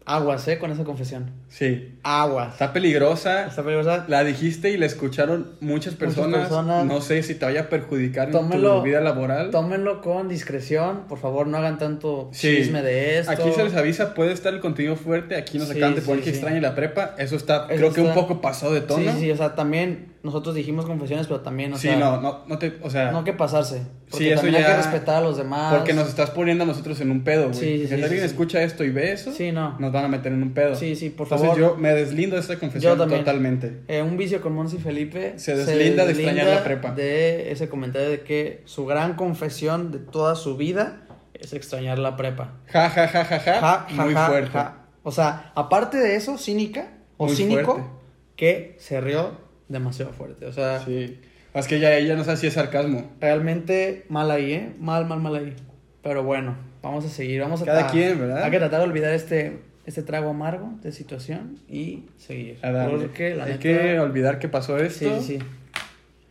Aguas, ¿eh? Con esa confesión. Sí. Aguas. Está peligrosa. Esta película. La dijiste y la escucharon muchas personas. personas. No sé si te vaya a perjudicar en Tómelo. tu vida laboral. Tómenlo con discreción. Por favor, no hagan tanto Sí. chisme de esto. Aquí se les avisa, puede estar el contenido fuerte. Aquí nos Sí, acaban de sí, poner que sí. extraña la prepa. Eso está, Eso creo que un está- poco pasado de Sí, tono. sí, sí, o sea, también nosotros dijimos confesiones, pero también, o Sí, sea, no, no, no te, o sea, no hay que pasarse. Porque Sí, eso también ya- hay que respetar a los demás. porque nos estás poniendo a nosotros en un pedo, güey. Sí, sí, si sí, alguien sí, sí. escucha esto y ve eso, Sí, no. nos van a meter en un pedo. Sí, sí, por Entonces favor. yo me deslindo de esta confesión Yo también. totalmente. Eh, un vicio con Monsi Felipe Se deslinda de extrañar la prepa. De ese comentario de que su gran confesión de toda su vida es extrañar la prepa. Ja, ja, ja, ja, ja. Ja, ja, Ah, muy ja, fuerte. ja. O sea, aparte de eso, cínica o Muy cínico fuerte. que se rió demasiado fuerte. O sea, Sí. Es que ya ella no sabe si es sarcasmo. realmente mal ahí, ¿eh? Mal, mal, mal ahí. Pero bueno, vamos a seguir. Vamos a Cada tra- quien, ¿verdad? Hay que tratar de olvidar este, este trago amargo de situación y seguir. A darle. Porque la Ah, Hay neta- que olvidar que pasó Sí, esto. sí, sí.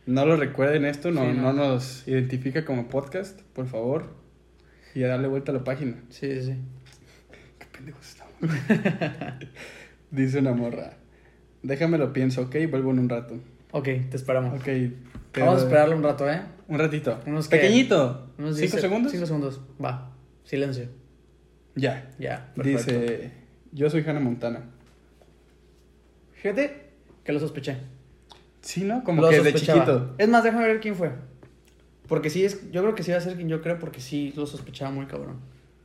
No lo recuerden esto, no, Sí, no. no. nos identifica como podcast, por favor. Y a darle vuelta a la página. Sí, sí, sí. Qué pendejos estamos. Dice una morra. Déjamelo pienso, ok, vuelvo en un rato. Ok, te esperamos. Ok. te Ah. Vamos doy- a esperarlo un rato, ¿eh? Un ratito. Unos que- Pequeñito. Unos ¿Cinco diez- segundos? Cinco segundos. Va. Silencio. Ya. Ya. perfecto. Dice, yo soy Hannah Montana. Fíjate que lo sospeché. Sí, ¿no? Como Lo que de sospechaba. chiquito. Es más, déjame ver quién fue. Porque sí es. Yo creo que sí va a ser quien yo creo, porque sí lo sospechaba muy cabrón.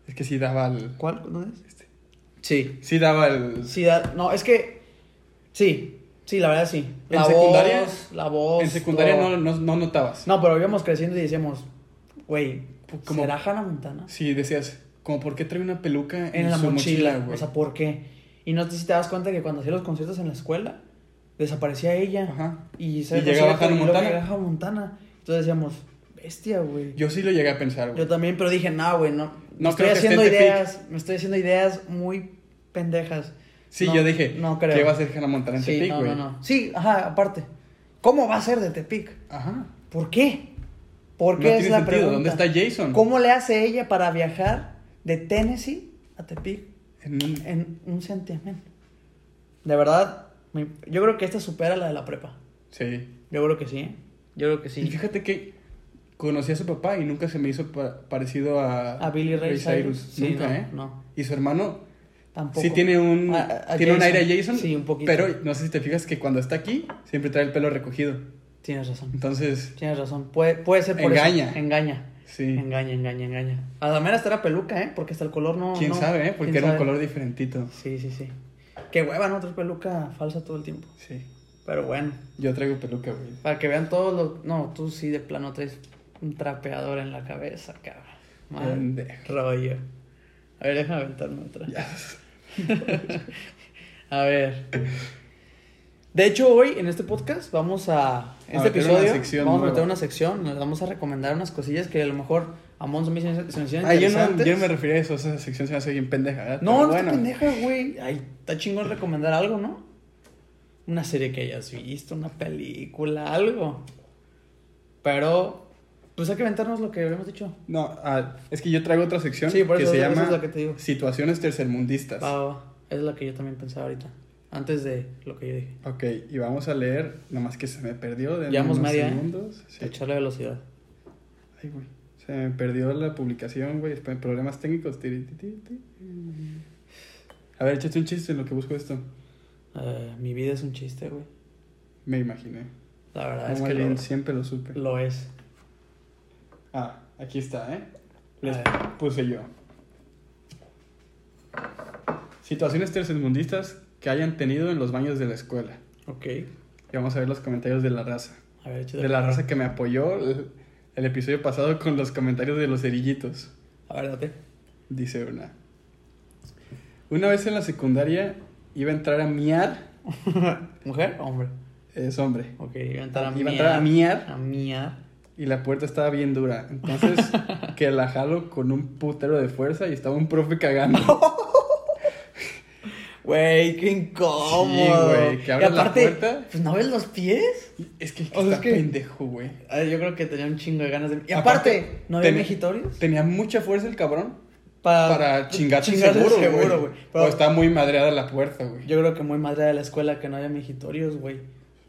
Es que sí daba el... ¿Cuál? ¿Dónde es? este? Sí. Sí daba el... Sí, da- no, es que. Sí. Sí, la verdad sí. ¿En La secundaria? voz, la voz. En secundaria no, todo. no, no notabas. No, pero íbamos creciendo y decíamos, güey, Como- ¿será Hannah Montana? Sí, decías, como por qué trae una peluca en, en la su mochila, mochila, güey. o sea, ¿por qué? Y no sé si te das cuenta que cuando hacía los conciertos en la escuela, desaparecía ella. Ajá. Y, se Y llegaba Hannah desaparecía, y luego Montana. llegaba Hannah Montana. Entonces decíamos, bestia, güey. Yo, Yo sí lo llegué a pensar, güey. también, pero dije, no, güey, no. No me estoy creo que esté en haciendo Tepic". ideas, me estoy haciendo ideas muy pendejas. Sí, No, yo dije, no creo. ¿qué va a hacer Hannah Montana en Sí, Tepic, no, güey? no, no. Sí, ajá, aparte. ¿Cómo va a ser de Tepic? Ajá. ¿Por qué? ¿Por No qué tiene es la sentido. ¿Dónde pregunta? está Jason? ¿Cómo le hace ella para viajar de Tennessee a Tepic? En un- en un sentimiento. De verdad, me- yo creo que esta supera la de la prepa. Sí. Yo creo que sí. ¿eh? Yo creo que Y sí. fíjate que conocí a su papá y nunca se me hizo pa- parecido a... A Billy Ray Cyrus. Sí, nunca, no, ¿eh? no. Y su hermano Tampoco. sí tiene un... A- a- a tiene un Jason. aire a Jason. Sí, un poquito. Pero no sé si te fijas que cuando está aquí siempre trae el pelo recogido. Tienes razón. Entonces, Tienes razón. Puede, puede ser por Engaña. eso. Engaña. sí. Engaña, engaña, engaña. A la mera hasta era peluca, ¿eh? Porque hasta el color no. ¿Quién no- sabe, eh? Porque quién era un sabe. color diferentito. Sí, sí, sí. Qué hueva, ¿no? Otra peluca falsa todo el tiempo. Sí. Pero bueno. Yo traigo peluca, güey. Para que vean todos los. No, tú sí de plano traes un trapeador en la cabeza, cabrón. Mal Pendejo. rollo. A ver, déjame aventarme otra. Ya. A ver. De hecho, hoy en este podcast vamos a. En A meter este episodio una sección vamos a nueva. meter una sección. Nos vamos a recomendar unas cosillas que a lo mejor a Mons a mí se me se me hicieron Ah, yo no, interesantes. yo no me refería a eso, esa sección se me hace bien pendeja, ¿verdad? No, Pero no está pendeja, güey. Ay, está chingón recomendar algo, ¿no? Una serie que hayas visto, una película, algo. Pero, pues hay que inventarnos lo que habíamos dicho. No, ah, es que yo traigo otra sección Sí, por que eso, se esa es llama la que te digo. Situaciones Tercermundistas. Va, va, va. Es la que yo también pensaba ahorita. Antes de lo que yo dije. Ok, y vamos a leer, nomás que se me perdió de Llevamos media, ¿eh? segundos. Sí. Echarle velocidad. Ay, güey. Se me perdió la publicación, güey. esp- Problemas técnicos. Tiri, ti, ti, ti. A ver, échate un chiste en lo que busco esto. Eh, mi vida es un chiste, güey. Me imaginé. La verdad Ah, es Como que alguien lo, siempre lo supe. lo es. Ah, aquí está, ¿eh? A Les ver. puse yo. Situaciones tercermundistas que hayan tenido en los baños de la escuela. Ok. Y vamos a ver los comentarios de la raza. A ver, échate De la raza que me apoyó el, el episodio pasado con los comentarios de los cerillitos. A ver, date. Dice una. Una vez en la secundaria iba a entrar a miar. ¿Mujer o hombre? Es hombre. Ok, iba a entrar a Iba a entrar a miar. A miar. Y la puerta estaba bien dura. Entonces, [laughs] que la jalo con un putero de fuerza y estaba un profe [laughs] cagando. Güey, qué incómodo. Sí, güey, que abras la puerta. Pues no ves los pies. es que, O sea, está es que- pendejo, güey. Ah, yo creo que tenía un chingo de ganas de. Y aparte, Aparte, ¿no había ten- mejitorios? Tenía mucha fuerza el cabrón para chingarse Ah, pues, chingar seguro, güey. Pero O está muy madreada la puerta, güey. Yo creo que muy madre de la escuela que no haya mejitorios, güey.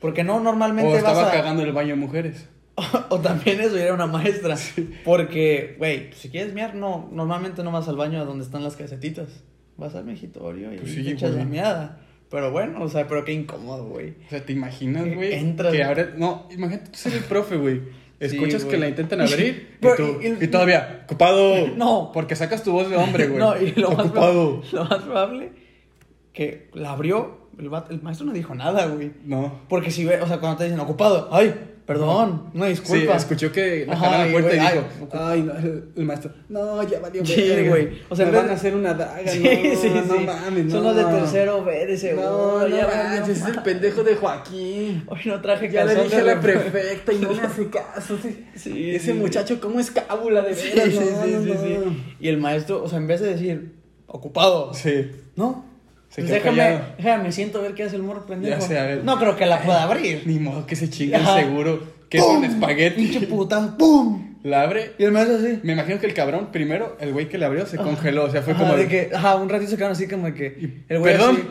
Porque no, normalmente O estaba vas a. cagando en el baño de mujeres. [laughs] o también eso era una maestra. Porque, güey, si quieres miar, no. Normalmente no vas al baño a donde están las casetitas. Vas al mejitorio y Pues te sí, echas güey. la miada. Pero bueno, o sea, pero qué incómodo, güey. O sea, ¿te imaginas, Que güey? entras, Que güey. abre... No, imagínate tú ser el profe, güey. Escuchas güey. que la intentan [laughs] abrir y, Pero, tú- y el- y todavía, ocupado. [laughs] No. Porque sacas tu voz de este hombre, güey. [laughs] No, y lo más, ocupado. probable, lo más probable que la abrió, el, vato- el maestro no dijo nada, güey. No. Porque si ve, o sea, cuando te dicen ocupado, ay, perdón, no Sí, disculpa. escuchó que la Ajá, cara a la y, puerta y güey, dijo, ay, ay, no, el, el maestro, no, ya valió Sí, verga. güey. O sea, Me en vez van de- a hacer una [laughs] daga, [laughs] sí, no, sí, no sí. mames, no. Son los de tercero B, de seguro. No, no, "Oh, ya valió manches, es el madre. pendejo de [laughs] Joaquín. Hoy no traje Ya le calzón dije de a la repuesto. prefecta y no me hace caso. sí. [laughs] Sí, Ese sí, sí. muchacho, ¿cómo es cábula de Sí, veras? sí, no, sí, no, sí, no. sí. Y el maestro, o sea, en vez de decir, ocupado, Sí. no. Se Pues quedó déjame, callado. déjame, siento a ver qué hace el morro pendejo. sé, a ver. No creo que la pueda abrir. Ni modo que se chingue el Ajá. seguro. Que es un espagueti. Pinche puta, ¡pum! La abre. Y el maestro así. Me imagino que el cabrón, primero, el güey que le abrió se congeló. O sea, fue Ajá, como. de que, ajá, un ratito se quedaron así como de que el güey perdón. así,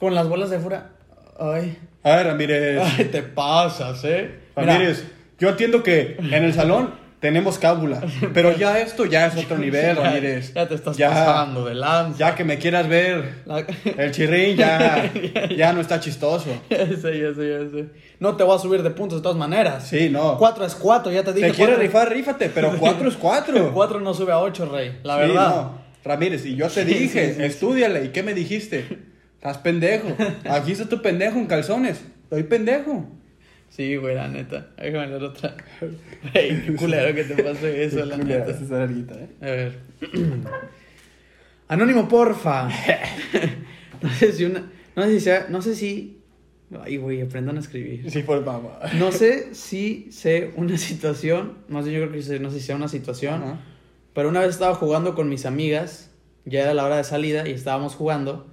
con las bolas de fuera. Ay, A ver, Ramírez. ay, te pasas, ¿eh? Mira, Ramírez, yo entiendo que en el salón tenemos cábula. Pero ya esto ya es otro nivel, [laughs] ya- Ramírez. Ya te estás Ya- pasando de lanza. Ya que me quieras ver. La- [laughs] El chirrín ya, ya no está chistoso. ya sé, ya sé, ya sé. No te voy a subir de puntos de todas maneras. Sí, no. Cuatro es cuatro, ya te dije. Te quieres rifar, cuatro- rífate, [laughs] pero cuatro es cuatro. Cuatro no sube a ocho, rey. La Sí, verdad. no. Ramírez, y yo te Sí, dije, sí, sí, estúdiale. ¿Y qué me dijiste? Estás pendejo. Aquí está tu pendejo en calzones. Soy pendejo. Sí, güey, la neta. Déjame leer otra. [laughs] Güey, qué culero que te pase eso, la neta. A ver. Anónimo, porfa. [laughs] no sé si una. No sé si sea. No sé si. Ay, güey, aprendan a escribir. Sí, por mamá. No sé si sé una situación. No sé, yo creo que sé- no sé si sea una situación. Pero una vez estaba jugando con mis amigas. Ya era la hora de salida y estábamos jugando.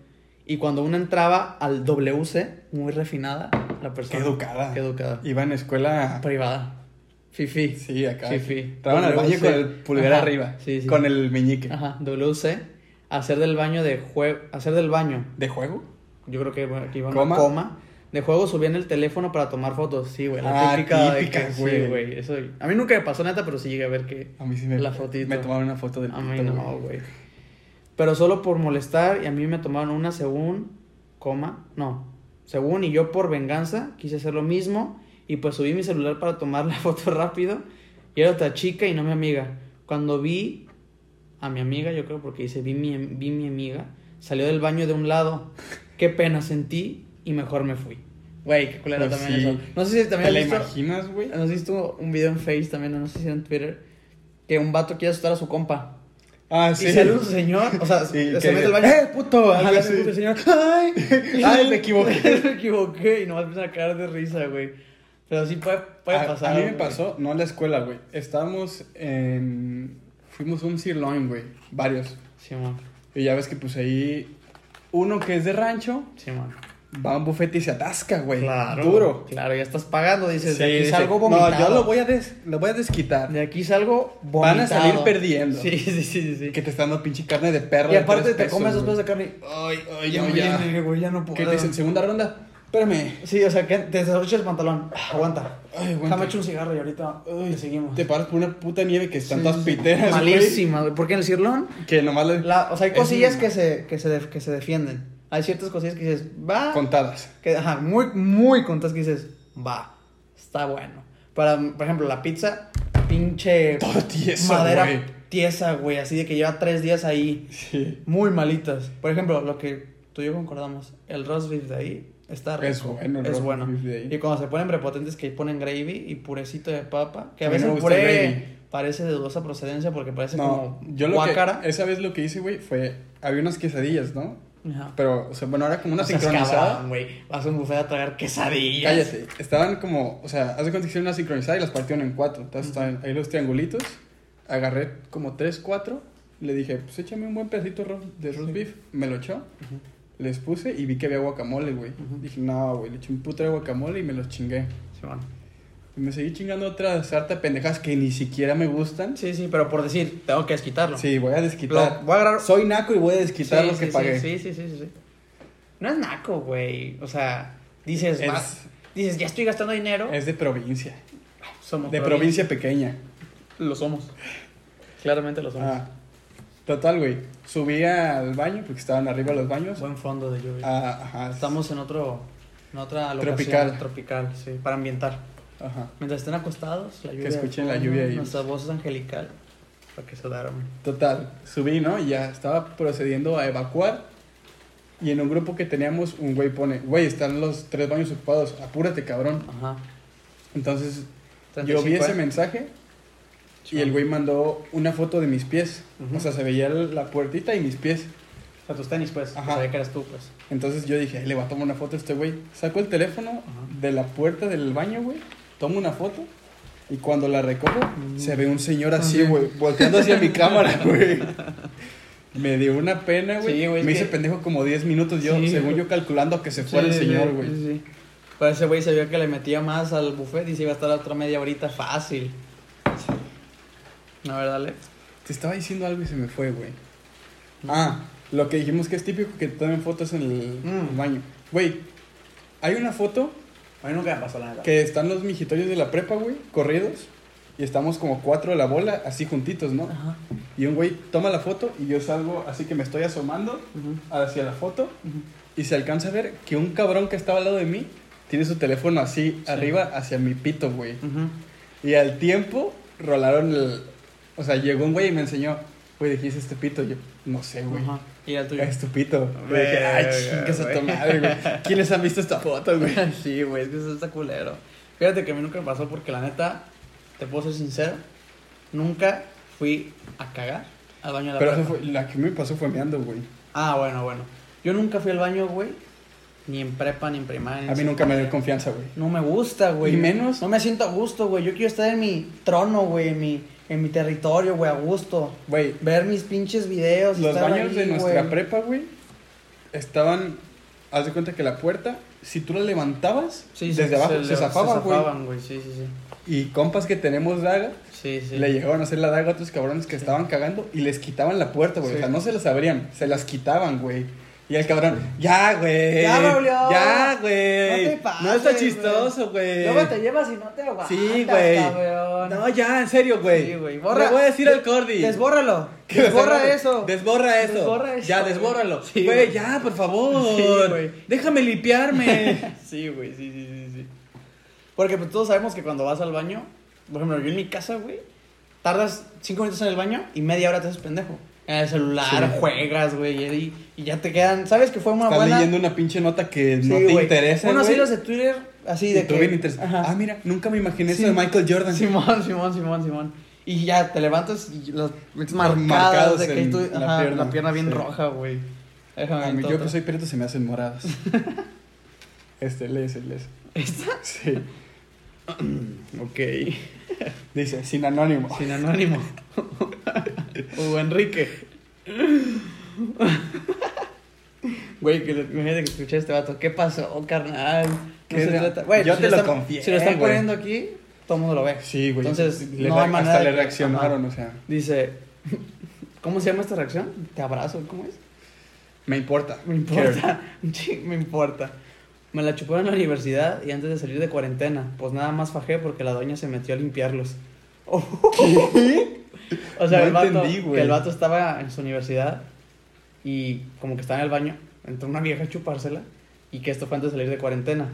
Y cuando una entraba al WC, muy refinada, la Qué persona. educada. Qué educada. Iba en escuela. Privada. Fifi. Sí, acá. Fifi. Traban al baño WC. con el pulgar Ajá. arriba. Sí, sí. Con el meñique. Ajá, WC. Hacer del baño de juego. Hacer del baño. ¿De juego? Yo creo que bueno, aquí iba una ¿Coma? coma. De juego subían el teléfono para tomar fotos. Sí, güey. La Ah, típica, de típica, que- sí, güey. güey. Eso. A mí nunca me pasó neta, pero sí llegué a ver que. A mí sí me. La fotito. Me tomaron una foto del A mí pito, no, güey. Pero solo por molestar y a mí me tomaron una según, coma, no. Según y yo por venganza quise hacer lo mismo y pues subí mi celular para tomar [laughs] la foto rápido y era otra chica y no mi amiga. Cuando vi a mi amiga, yo creo porque dice vi mi, em, vi mi amiga, salió del baño de un lado. Qué pena sentí y mejor me fui. Güey, qué culero Pues también sí. eso. No sé si ¿Te también la has visto- imaginas, güey? ¿Has visto un video en Face también, no sé si era en Twitter, que un vato quiere asustar a su compa? Ah, Y sale un señor, o sea, Sí, que se mete dice, al baño. ¡Eh, puto! Ajá, Algo le así. hace un puto señor, ¡ay! [laughs] Ay, me equivoqué. [laughs] me equivoqué y nomás empieza a caer de risa, güey. Pero sí puede, puede a, a pasar. mí me güey. pasó, no en la escuela, güey. Estábamos en. Fuimos a un sirloin, güey. Varios. Sí, man. Y ya ves que, pues ahí. Uno que es de rancho Sí, man. va a un bufete y se atasca, güey. Duro. Claro, ya estás pagando, dices, Sí, de aquí dice, salgo vomitado. No, yo lo voy a, des- lo voy a desquitar. De aquí salgo vomitado. Van a salir perdiendo. Sí, sí, sí, sí. sí. Que te están dando pinche carne de perro. Y de aparte tres te pesos, comes dos güey. pedazos de carne y, ay, ay, ya, No, me ya. llené, güey, ya no puedo. ¿Qué te dicen? Segunda ronda. Espérame. Sí, o sea, que te desabrochas el pantalón. Aguanta. Ay, aguanta. Déjame echar un cigarro y ahorita Ay, le seguimos. Te paras por una puta nieve que están Sí, todas sí, sí. piteras. güey. Malísima, güey. Porque en el cirlón, Que nomás le. la- o sea, hay Es cosillas un- que se, que, se def- que se defienden. Hay ciertas cosillas que dices, va. Contadas. Que, ajá, muy, muy contas que dices, va. Está bueno. Para, por ejemplo, la pizza, pinche Todo tieso, madera güey. tiesa, güey. Así de que lleva tres días ahí. Sí. Muy malitas. Por ejemplo, lo que tú y yo concordamos, el roast beef de ahí está rico. Es bueno, el es roast bueno. beef de ahí. Y cuando se ponen prepotentes que ponen gravy y purecito de papa, que a A mí no veces me el gusta el puré gravy. parece de dudosa procedencia porque parece No, como yo lo guácara. que. Esa vez lo que hice, güey, fue. Había unas quesadillas, ¿no? Ajá. Pero, o sea, bueno, era como una No seas sincronizada. cabrón, güey. Vas a un buffet a tragar quesadillas. Cállate. Estaban como. O sea, haz de cuenta que hicieron una sincronizada y las partieron en cuatro. Entonces, estaban ahí los triangulitos. Agarré como tres, cuatro. Le dije, pues échame un buen pedacito de ro- de roast Sí. beef. Me lo echó. Ujú. Les puse y vi que había guacamole, güey. Ujú. Dije, no, güey, le eché un puto de guacamole y me los chingué. Sí, bueno. Y me seguí chingando otra sarta de pendejas que ni siquiera me gustan. sí, sí, pero por decir, tengo que desquitarlo. Sí, voy a Lo- desquitar. voy a agarrar Soy naco y voy a desquitar Sí, lo que sí, sí, pagué. Sí, sí, sí, sí, sí. No es naco, güey. O sea, dices, Es- vas- dices, ya estoy gastando dinero. Es de provincia. somos De provincia pequeña. Lo somos. Claramente lo somos. Ah, total, güey. Subí al baño porque estaban arriba los baños. Buen fondo de lluvia. Ah, ajá. Estamos en otro en otra locación Tropical. tropical, sí, para ambientar. Ajá. Mientras estén acostados, la lluvia. de escuchen la fondo, lluvia ahí. Nuestra voz es angelical para que se duerman. Total, subí, ¿no? Y ya estaba procediendo a evacuar. Y en un grupo que teníamos, un güey pone, güey, están los tres baños ocupados, apúrate, cabrón. Ajá. Entonces, yo 35, vi ese ¿eh? mensaje y el güey mandó una foto de mis pies. Ujú. O sea, se veía la puertita y mis pies. O sea, tus tenis, pues. Ajá. Sabía que eras tú, pues. Entonces yo dije, "Ay, le voy a tomar una foto a este güey. Saco el teléfono Ajá. de la puerta del baño, güey. Tomo una foto. Y cuando la recojo, Mm. se ve un señor así, güey, volteando hacia mi [laughs] cámara, güey. Me dio una pena, güey. Sí, güey, es Me hice que- pendejo como 10 minutos yo, Sí, según güey. yo calculando que se fuera el señor, güey. Sí, sí. Pero Pues, ese güey se vio que le metía más al buffet y se iba a estar la otra media horita fácil. A ver, dale. Te estaba diciendo algo y se me fue, güey. Ah, lo que dijimos que es típico que tomen fotos en el Mm. baño. Güey, hay una foto A mí nunca me pasó la neta. Que están los mijitorios de la prepa, güey, corridos. Y estamos como cuatro de la bola, así juntitos, ¿no? Ajá. Y un güey toma la foto y yo salgo, así que me estoy asomando Ujú. hacia la foto. Ujú. Y se alcanza a ver que un cabrón que estaba al lado de mí tiene su teléfono así Sí. arriba hacia mi pito, güey. Ujú. Y al tiempo rolaron el. O sea, llegó un güey y me enseñó, güey, ¿de quién es este pito? Yo, no sé, güey. Ah, Este, Ajá. Y el tuyo. Es tu pito. Y Verga, dije, ay, chingas a tu güey. madre, güey. ¿Quiénes han visto esta foto, güey? sí, güey, es que eso está culero. Fíjate que a mí nunca me pasó porque la neta, te puedo ser sincero, nunca fui a cagar al baño de [laughs] la Pero prepa. eso fue, la que me pasó fue meando, güey. Ah, bueno, bueno. Yo nunca fui al baño, güey. Ni en prepa, ni en primaria. ni A mí en nunca me dio secundaria. confianza, güey. No me gusta, güey. Y menos. No me siento a gusto, güey. Yo quiero estar en mi trono, güey. En mi, en mi territorio, güey, a gusto. Güey, Ver mis pinches videos. los estar baños ahí, de nuestra güey. prepa, güey, estaban. Haz de cuenta que la puerta, si tú la levantabas, Sí, desde se- abajo se se, le- zafaba, Se güey. zafaban, güey, sí, sí, sí. Y compas que tenemos daga, Sí, sí. le llegaban a hacer la daga a otros cabrones que estaban cagando y les quitaban la puerta, güey. Sí. O sea, no se las abrían, se las quitaban, güey. Y el cabrón, ya, güey. Eh, Ya me olió. Ya, güey. No te pases, está güey. chistoso, güey. Luego te llevas y no te aguantas, Sí, güey. cabrón. No, ya, en serio, güey. Sí, güey. Borra- Le voy a decir al Cordy. [laughs] Desbórralo. Que Desborra desborra- eso. Desborra eso. Desborra eso, Ya, güey. desbórralo. Sí, güey, güey. ya, por favor. Sí, güey. Déjame [laughs] limpiarme. Sí, güey, sí, sí, sí, sí. Porque pues, todos sabemos que cuando vas al baño, por ejemplo, yo en mi casa, güey, tardas cinco minutos en el baño y media hora te haces pendejo. En el celular, Sí. juegas, güey, y, y ya te quedan. ¿Sabes que fue una Estás buena? leyendo una pinche nota que no Sí, te güey. interesa, Unos güey. hilos de Twitter así de Y tú que. bien interes- Ajá. Ah, mira, nunca me imaginé Sí. eso de Michael Jordan. Simón, Simón, Simón, Simón. Y ya te levantas y los metes Marcados marcadas de que en tú, la ajá, pierna. la pierna bien Sí. roja, güey. Déjame A mí, aventar yo otra. que soy perito se me hacen [laughs] moradas. este, lees, lees. ¿Esta? Sí. Ok. Dice, sin anónimo. Sin [laughs] anónimo. Hugo Enrique. Güey, que lo- imagínate que escuché a este vato. ¿Qué pasó, carnal? No ¿Qué se era? trata. Güey, Yo si te lo están- confié, Si lo están güey. poniendo aquí, todo el mundo lo ve. Sí, güey. Entonces, le no re- hay manera hasta le de que- reaccionaron, o sea. Dice. [laughs] ¿Cómo se llama esta reacción? Te abrazo, ¿cómo es? Me importa. Me importa. [laughs] Sí, me importa. Me la chupó en la universidad y antes de salir de cuarentena, pues nada más fajé porque la doña se metió a limpiarlos. [laughs] O sea, No el, vato, entendí, güey. que el vato estaba en su universidad y como que estaba en el baño, entró una vieja a chupársela y que esto fue antes de salir de cuarentena.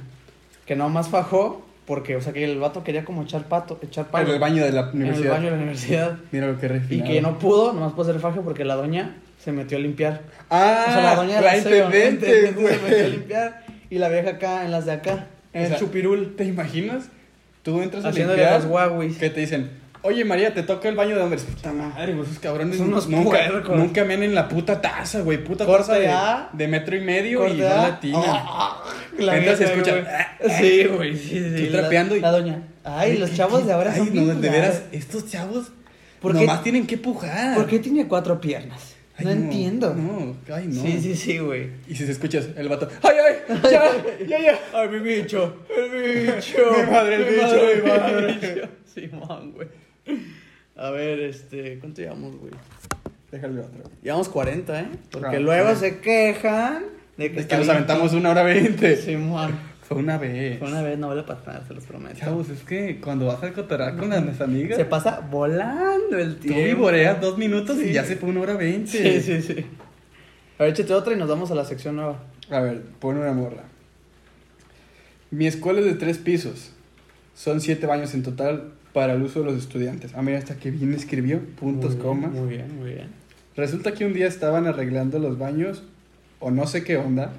Que nada más fajó Porque, o sea, que el vato quería como echar pato, echar En palo el baño de la en el universidad. baño de la universidad. Mira lo que Y refinado. que no pudo, nomás pudo hacer faje porque la doña se metió a limpiar. Ah, o sea, la doña de la aseo, ¿no? intendente, Intendente se metió a güey. limpiar y la vieja acá en las de acá, en O sea, el chupirul, ¿Te imaginas? Tú entras a haciéndole las limpiar. guauis. Que te dicen, oye María, te toca el baño de hombres. Puta madre, güey, esos cabrones. Son unos nunca, puercos. nunca mean en la puta taza, güey. Puta Corte taza de, A. de metro y medio y Corte no A. latina. Ah, la Entras y vieja, escuchas, güey. ah, Sí, güey, sí, sí. Tú la- trapeando y- La doña. Ay, los chavos de ahora Ay, son no, bien de veras, raros. estos chavos ¿Por qué- nomás tienen que pujar. ¿Por qué tiene cuatro piernas? Ay, no, entiendo. No, ay, no. Sí, sí, sí, güey. Y si se escuchas el vato, "Ah, ¡ay, ay! ¡Ya! ¡Ya, ya! Ay, mi bicho, el bicho. [laughs] Mi madre, el bicho, mi madre. Simón, güey. A ver, este, ¿cuánto llevamos, güey? Déjale otro. Llevamos 40, ¿eh? Porque Ah, luego sí. se quejan de que, Es que está nos bien- aventamos una hora veinte. Simón. Fue una vez. Fue una vez, no vuelve a pasar, se los prometo. Chavos, es que cuando vas a cotorrear con las mis amigas, Se pasa volando el tú tiempo. vivoreas dos minutos y Sí. ya se fue una hora veinte. Sí, sí, sí. A ver, échate otra y nos vamos a la sección nueva. A ver, pon una morra. Mi escuela es de tres pisos. Son siete baños en total para el uso de los estudiantes. Ah, mira, hasta que bien escribió, puntos, Muy bien, comas. Muy bien, muy bien. Resulta que un día estaban arreglando los baños, o no sé qué onda,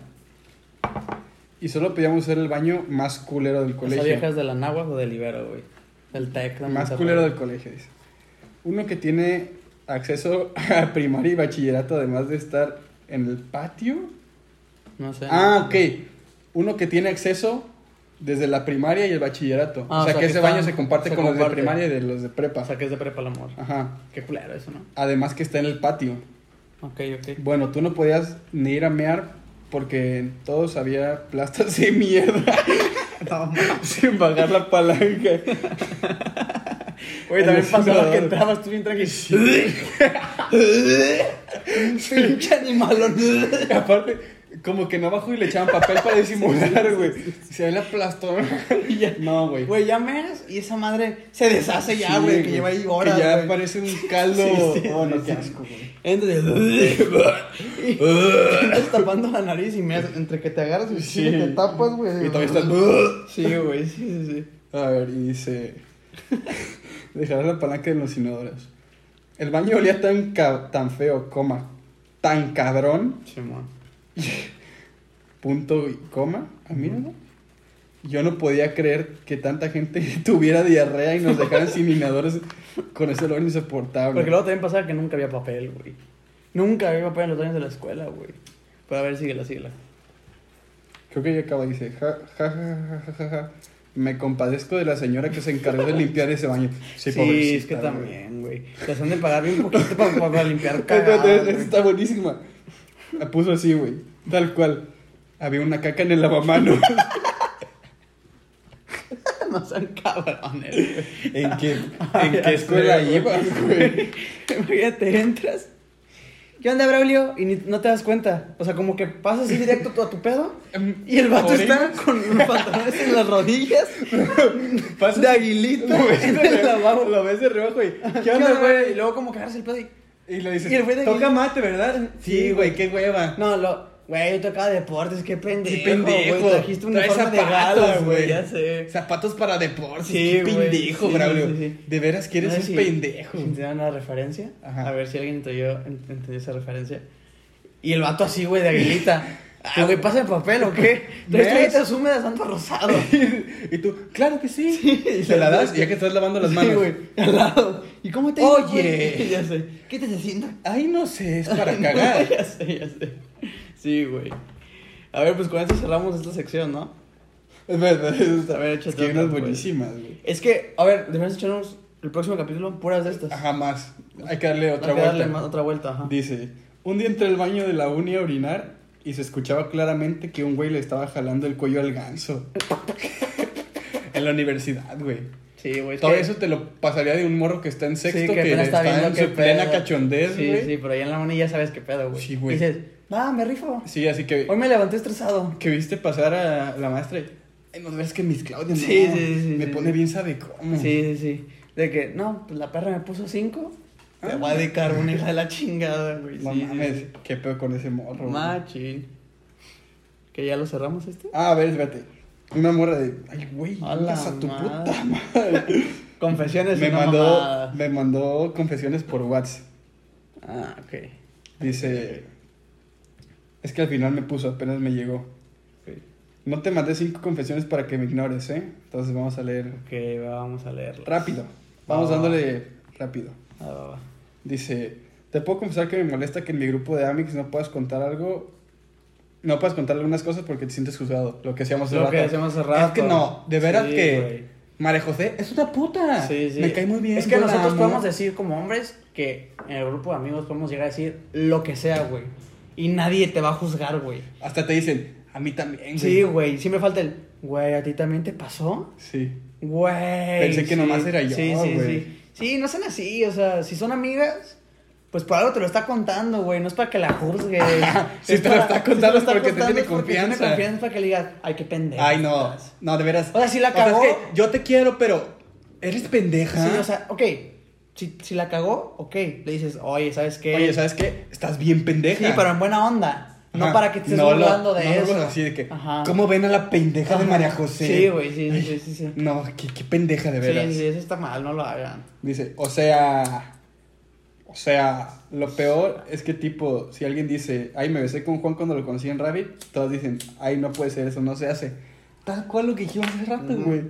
y solo pedíamos ser el baño más culero del Esa colegio. vieja es de la Nahua o del Ibero, güey. Del TEC. de más Monterrey. culero del colegio, dice. Uno que tiene acceso [laughs] a primaria y bachillerato, además de estar en el patio. No sé. Ah, ok. Uno que tiene acceso desde la primaria y el bachillerato. Ah, o sea, que, ese están- baño se comparte se con los de comparte. primaria y de los de O prepa. sea, que es de prepa el amor. Ajá. Qué culero eso, ¿no? Además que está en el patio. Ok, [laughs] ok. Bueno, tú no podías ni ir a mear porque en todos había [laughs] plastas de mierda [laughs] sin bajar la palanca. Oye, también Alucinador. pasaba que entrabas tú bien tranquilo. Un Pinche animalón. Y [laughs] aparte, como que no bajó y le echaban papel para disimular, güey. Se ve la plastona. [laughs] Y ya. No, güey. Güey, ya meas y esa madre se deshace ya, güey, que lleva ahí horas. Que ya güey. parece un caldo. Sí, sí, oh, no, sí, qué sí. asco, güey. Entra [laughs] y- y andas tapando la nariz y me entre que te agarras y Sí. te tapas, güey. Y todavía estás. Sí, güey, sí, sí, sí. A ver, y dice. [laughs] Dejarás la palanca en los inodoros. El baño olía tan, ca- tan feo, coma. Tan cabrón, Simón. punto y coma. Ah, mira, ¿no? Yo no podía creer que tanta gente [laughs] tuviera diarrea y nos dejaran sin inodores con ese olor insoportable. Porque luego también pasaba que nunca había papel, güey. Nunca había papel en los años de la escuela, güey. Pero a ver, síguela, síguela. Creo que ya acaba, dice. Ja, ja, ja, ja, ja, ja, ja. Me compadezco de la señora que se encargó de limpiar ese baño. Sí, pobrecita, es que güey. [laughs] también, güey. Te hacen de pagar bien poquito para, para limpiar cagadas, Espérate, güey. está buenísima. La puso así, güey. Tal cual. Había una caca en el [laughs] lavamanos. No sean cabrones, güey. ¿En qué, [laughs] Ay, en qué escuela así, güey. ibas, güey? [laughs] Imagínate, entras. ¿Qué onda, Braulio? Y ni- no te das cuenta. O sea, como que pasas así directo tú a tu pedo. Y el vato Orina. está con [laughs] los pantalones en las rodillas. Pasas- de aguilita Lo ves en de el re- [laughs] lavabo. Lo ves de [laughs] reojo y. ¿Qué onda, güey? Y luego como que agarras el pedo y... Y le dices, Y el güey de toca aguilita. mate, ¿verdad? Sí, güey, qué hueva. No, lo... Güey, yo tocaba deportes, qué pendejo, Qué pendejo. güey. Trajiste un Trae uniforme de zapatos, galas, güey. güey. Ya sé. Zapatos para deportes. Sí, qué güey, pendejo, sí, Braulio. sí, sí. De veras que eres No sé un si- pendejo. Si te dan una referencia. Ajá. A ver si alguien entendió, ent- entendió esa referencia. Y el vato así, güey, de [laughs] aguilita. Ah, güey, pasa el papel o qué. Tres ¿Ves? toallitas húmedas, santo rosado. y tú, claro que sí. Sí, y se la das, ya que estás [laughs] lavando las manos. Sí, güey, al lado. ¿Y cómo te ha ido, Oye. güey? [laughs] ya sé. ¿Qué te sienta? Ay, no sé, es [laughs] para cagar. ya sé, ya sé. Sí, güey. A ver, pues con esto cerramos esta sección, ¿no? Es verdad, eso está A ver, échate Es que hay otra, unas pues. buenísimas, güey. Es que, a ver, deberíamos echarnos el próximo capítulo puras de estas. Ajá, más. Hay que darle otra Hay que darle vuelta. más- otra vuelta, ajá. Dice, un día entré al baño de la uni a orinar y se escuchaba claramente que un güey le estaba jalando el cuello al [laughs] ganso. en la universidad, güey. Sí, güey. es Todo que- eso te lo pasaría de un morro que está en sexto Sí, que, apenas está, viendo en qué su plena pedo. cachondez, Sí, güey. Sí, sí, pero ya en la mano ya sabes qué pedo, güey. Sí, güey. Dices, ah, me rifo. así que, Hoy me levanté estresado. que viste pasar a la maestra y, ay, no ves que mis Claudia, Sí, no, sí, sí, me sí, pone sí. bien sabe cómo. Sí, sí, sí. De que, no, pues la perra me puso cinco. Te Ah. voy a dedicar una hija de la chingada, güey. No sí, sí, mames, sí. qué pedo con ese morro. güey. Machín. Que ya lo cerramos este. Ah, a ver, espérate. Una morra de, ay, güey, A la chingas a tu madre. puta madre. Confesiones me, una mandó, mamada. me mandó confesiones por WhatsApp. Ah, ok. Dice, es que al final me puso, apenas me llegó. No te mandé cinco confesiones para que me ignores, ¿eh? Entonces vamos a leer Ok, va, vamos a leerlo. rápido. Vamos Ah. dándole rápido. Ah, va, va. Dice, te puedo confesar que me molesta que en mi grupo de Amix no puedas contar algo, no puedas contar algunas cosas porque te sientes juzgado, lo que hacíamos hace Lo que rato. hacemos hace rato. Es que no, de veras Sí, que güey. María José es una puta. Sí, sí. Me cae muy bien. Es que yo la nosotros amo. podemos decir como hombres que en el grupo de amigos podemos llegar a decir lo que sea, güey. Y nadie te va a juzgar, güey. Hasta te dicen, a mí también. Sí, güey. Siempre falta el, güey, ¿a ti también te pasó? Sí. Güey. Pensé que sí. nomás era yo, Sí, sí, güey. sí. Sí, no sean así. O sea, si son amigas, pues por algo te lo está contando, güey. No es para que la juzgues. [laughs] si Es te lo para- está contando es porque te contando tiene es porque tiene confianza. confianza, es para que le digas, ay, qué pendejo. Ay, no. estás". No, de veras. O sea, sí la es cagó. que yo te quiero, pero eres pendeja. Sí, o sea, ok. Si, si la cagó, ok. Le dices, oye, ¿sabes qué? Oye, ¿sabes qué? Estás bien pendeja. Sí, pero en buena onda. No Ajá. para que te estés No lo- burlando de no lo eso. hagas así de que, Ajá. ¿cómo ven a la pendeja de Ajá. María José? Sí, güey, sí, Ay, sí, sí, sí. No, qué, qué pendeja de veras. Sí, sí, eso está mal, no [laughs] lo hagan. Dice, o sea, o sea, lo peor es que tipo, si alguien dice, ay, me besé con Juan cuando lo conocí en Rabbit, todos dicen, ay, no puede ser, eso no se hace. Tal cual lo que yo hace rato, Ujú. güey.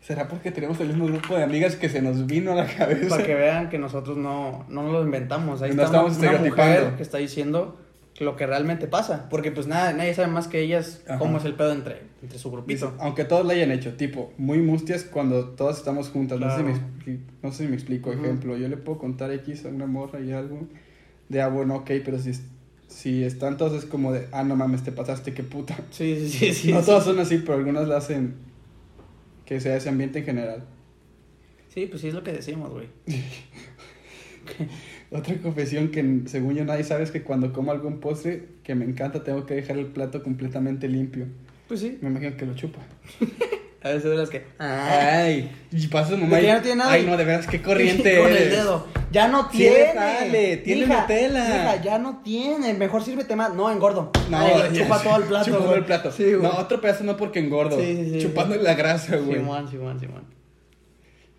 ¿Será porque tenemos el mismo grupo de amigas que se nos vino a la cabeza? Para que vean que nosotros no, no nos lo inventamos. Ahí No está estamos una- una estereotipando. mujer que está diciendo lo que realmente pasa. Porque pues nada, nadie sabe más que ellas Ajá. cómo es el pedo entre, entre su Dice, grupito. aunque todos lo hayan hecho, tipo, muy mustias cuando todas estamos juntas. No, sé Claro. si me, expli- no sé si me explico. Ujú. Ejemplo, yo le puedo contar X a una morra y algo de, ah, bueno, ok, pero si, es- si están todos es como de, ah, no mames, te pasaste, qué puta. Sí, sí, sí, [laughs] sí. no sí. todas son así, pero algunas la hacen que sea ese ambiente en general. Sí, pues sí es lo que decimos, güey. Otra confesión que n- según yo nadie sabe es que cuando como algún postre que me encanta tengo que dejar el plato completamente limpio. Pues sí. Me imagino que lo chupa. A veces de las que... "Ah". Ah. Ay, y pasa su mamá. y- De que ya no tiene nada. Ay, no, de veras, qué corriente. [laughs] Con el eres. dedo. Ya no Sí tiene. le sale, tiene Mija, Nutella. mija, ya no tiene. Mejor sírvete más. No, engordo. No, Ay, le ya chupa sé, todo el plato. Chupando güey. el plato. Sí, güey. no, otro pedazo no porque engordo. Sí, sí, sí, chupando sí. la grasa, güey. Simón, Simón, Simón.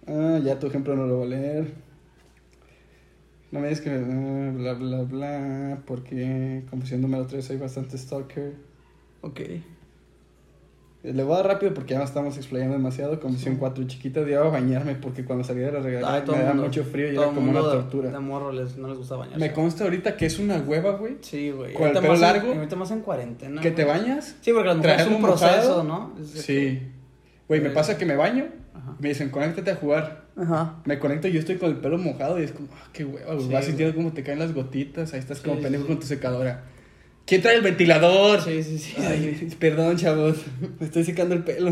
Ah, ya tu ejemplo no lo voy a leer. No me digas que ah, bla bla bla, porque confesión número 3 hay bastante stalker. Ok. Eh, Le voy a dar rápido porque ya nos estamos explayando demasiado. Confesión 4, chiquita, odiaba bañarme porque cuando salía de la regadera Ay, Ah, todo me daba mundo- mucho frío y todo era como una mundo de- tortura. De morro les, no les gusta bañarse. Me consta ahorita que es una hueva, güey. Sí, güey. Con el Ahorita pelo más en- largo. Ahorita más en cuarentena. ¿Que te güey. bañas? Sí, porque las mujeres es Traerlo un proceso, mojado. ¿no? Es de que- Sí. Güey, me Eh. pasa que me baño, Ajá. me dicen, conéctate a jugar. Ajá. Me conecto y yo estoy con el pelo mojado y es como, ah, qué hueva, güey. Sí, Vas güey. sintiendo como te caen las gotitas, ahí estás como Sí, pendejo sí. con tu secadora. ¿Quién trae el ventilador? Sí, sí, sí. sí. Ay, [laughs] perdón, chavos, me estoy secando el pelo.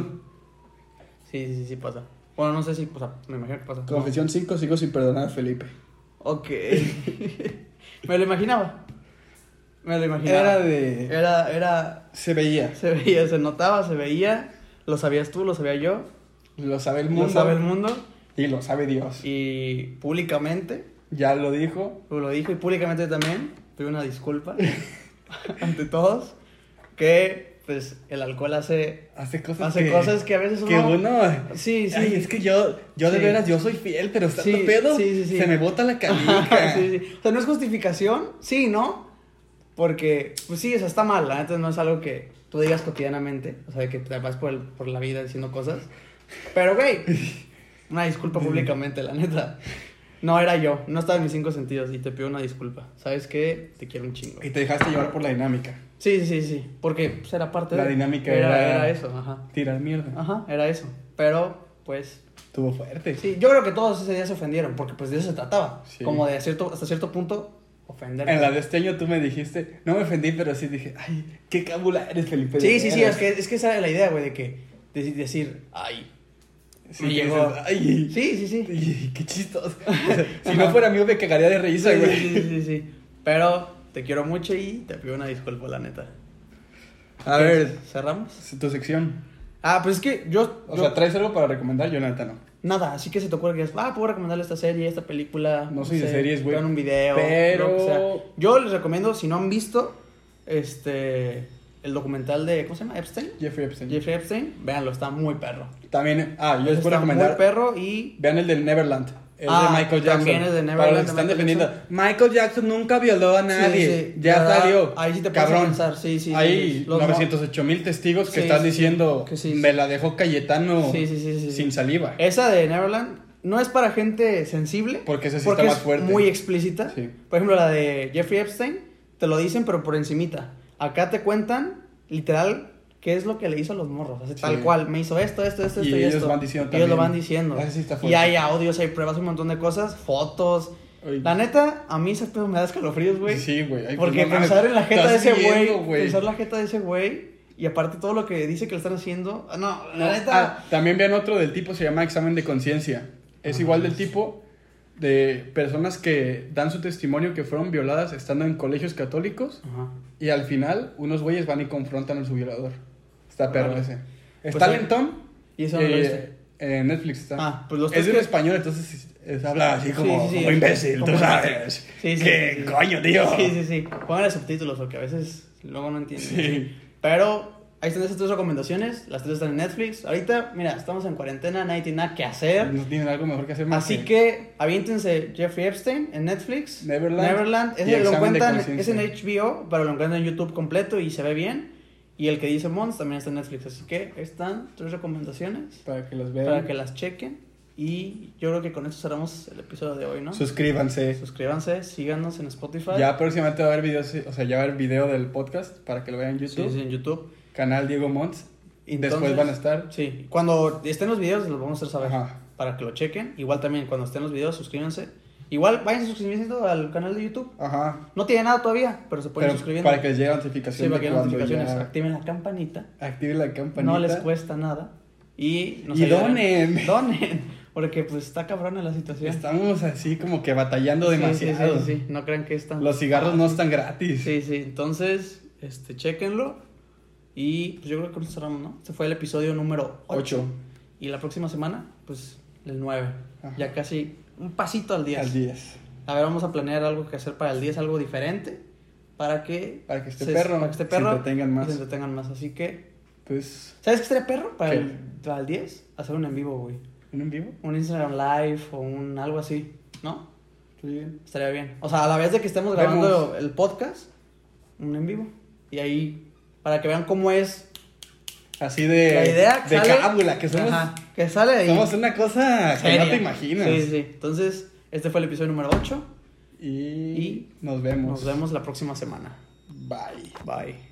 Sí, sí, sí, pasa. Bueno, no sé si pasa. Me imagino que pasa. Confesión 5, sigo sin perdonar a Felipe. Ok. [laughs] Me lo imaginaba. Me lo imaginaba. Era de... Era, era. Se veía, Se veía, se notaba, se veía. Lo sabías tú, lo sabía yo. lo sabe el mundo. Lo sabe el mundo. Y lo sabe Dios. Y públicamente, Ya lo dijo. lo dijo y públicamente también, pido una disculpa [laughs] ante todos. Que, pues, el alcohol hace. Hace cosas Hace que... cosas que a veces que uno- uno... Sí, sí. Ay, es que yo, yo de Sí. veras, yo soy fiel, pero estando Sí, pedo, sí, sí, sí. se me bota la Ajá, canica. sí, sí. O sea, no es justificación, sí, ¿no? Porque, pues sí, o sea, está mal, la neta no es algo que tú digas cotidianamente, o sea, de que te vas por, el- por la vida diciendo cosas. Pero, güey, una disculpa públicamente, la neta. No era yo, no estaba en mis cinco sentidos y te pido una disculpa. ¿Sabes qué? Te quiero un chingo. Y te dejaste llevar por la dinámica. Sí, sí, sí, sí, porque pues, era parte La de... dinámica era... era- Era eso, ajá. Tirar mierda. Ajá, era eso. Pero, pues, Estuvo fuerte. Sí, yo creo que todos ese día se ofendieron, porque pues de eso se trataba. Sí. Como de cierto, hasta cierto punto ofender. En la de este año tú me dijiste, no me ofendí, pero sí dije, ay, qué cábula eres, Felipe. Sí, sí, sí, es que, es que esa era la idea, güey, de que de- decir, ay. Sí, me que llegó. dices, ay, Sí, sí, sí. ay, qué [laughs] chistoso. O sea, si no fuera mío, me cagaría de risa, sí, güey. sí, sí, sí, sí. Pero te quiero mucho y te pido una disculpa, la neta. A ver, ¿Cerramos? tu sección. Ah, pues es que yo. O yo- sea, ¿traes algo para recomendar? Yo, neta, no. nada, así que se te ocurre que digas, ah, puedo recomendarle esta serie, esta película. No soy de series, güey. vean un video. Pero- lo que sea. Yo les recomiendo, si no han visto, este. el documental de, ¿cómo se llama? Epstein. Jeffrey Epstein. Jeffrey Epstein, véanlo, está muy perro. También, ah, yo les puedo Está muy recomendar. perro y Vean el del Neverland. El Ah, de Michael Jackson. también el de Neverland Para los que de están Michael defendiendo. Michael Jackson nunca violó a nadie. sí, ya ¿verdad? salió. Ahí sí te pones a Cabrón. pensar, sí, sí, sí, Hay sí. Los 908 mil testigos que Sí, están sí, sí. diciendo Que sí, sí. me la dejó Cayetano Sí, sí, sí, Eh, sí, sí. sin saliva. esa de Neverland no es para gente sensible. Porque esa sí está más fuerte. es muy explícita. Sí. Por ejemplo, la de Jeffrey Epstein, te lo dicen pero por encimita. Acá te cuentan, literal, qué es lo que le hizo a los morros. Así, Tal Sí. cual, me hizo esto, esto, esto, Y esto. ellos esto. van diciendo Ellos lo también. van diciendo. Esa sí está fuerte. y hay audios, hay pruebas, un montón de cosas, fotos. Ay. La neta, a mí esas cosas me da escalofríos, güey. Sí, güey. Ay, Porque pues, no mames, pensar en la jeta de estás ese viendo, güey, pensar la jeta de ese güey, y aparte todo lo que dice que le están haciendo, ah, no, la neta, Ah, también vean otro del tipo, se llama examen de conciencia. Es Ah, igual del tipo de personas que dan su testimonio que fueron violadas estando en colegios católicos Ajá. y al final unos güeyes van y confrontan a su violador. Está perro Órale. ese. Ah, Pues Está sí. lentón. y eso no lo eh, viste. en Netflix está. Ah, pues los es tres de un que- español, entonces es- es- habla así como, Sí, sí, sí, como es- imbécil, como tú imbécil. sabes. Sí, sí, ¿Qué sí, sí. coño, tío? Sí, sí, sí, pónganle subtítulos porque a veces luego no entienden. Sí. sí. Pero ahí están esas tres recomendaciones, las tres están en Netflix. Ahorita, mira, estamos en cuarentena, nadie tiene nada que hacer. No tienen algo mejor que hacer más Así que aviéntense Jeffrey Epstein en Netflix. Neverland. Y Ese lo Examen de encuentran, es Conciencia. en HBO, pero lo encuentran en YouTube completo y se ve bien. Y el que dice Mons también está en Netflix. Así que ahí están tres recomendaciones para que los vean. para que las chequen. Y yo creo que con esto cerramos el episodio de hoy, ¿no? Suscríbanse. Suscríbanse, síganos en Spotify. Ya próximamente va a haber videos, o sea, ya va a haber video del podcast para que lo vean en Sí, YouTube. sí, en YouTube. Canal Diego Monts. Después Entonces- van a estar. Sí, cuando estén los videos los vamos a hacer saber Ajá. para que lo chequen. Igual también cuando estén los videos suscríbanse. Igual vayan suscribiendo al canal de YouTube. Ajá. No tiene nada todavía, pero se pueden Pero suscribir. para que les llegue la Sí, notificación de para que las cuando notificaciones ya activen la campanita. active la campanita. No les cuesta nada. Y, nos Y ayudan. donen. [laughs] Donen. Porque pues está cabrona la situación. Estamos así como que batallando Sí, demasiado. Sí, sí, sí, No crean que están. Los cigarros no están gratis. Sí, sí. Entonces, este, chequenlo. Y pues yo creo que con esto cerramos, ¿no? Este fue el episodio número 8. Ocho. Y la próxima semana, pues el 9. Ajá. Ya casi un pasito al 10. Al 10. A ver, vamos a planear algo que hacer para el 10, algo diferente. Para que. Para que esté perro, Para que esté se perro. entretengan más. y se entretengan más. Así que. Pues, ¿Sabes qué estaría perro para ¿Qué? el, para el 10? Hacer un en vivo, güey. ¿en un vivo? Un Instagram live o un algo así, ¿no? Estoy bien. Estaría bien. O sea, a la vez de que estemos Vemos. grabando el podcast, un en vivo. Y ahí, para que vean cómo es Así de. la idea. Eh, De sale- cábula, que somos. Ajá, que sale de ahí. Somos una cosa que Seria. no te imaginas. Sí, sí. Entonces, este fue el episodio número 8. Y, Y nos vemos. Nos vemos la próxima semana. Bye. Bye.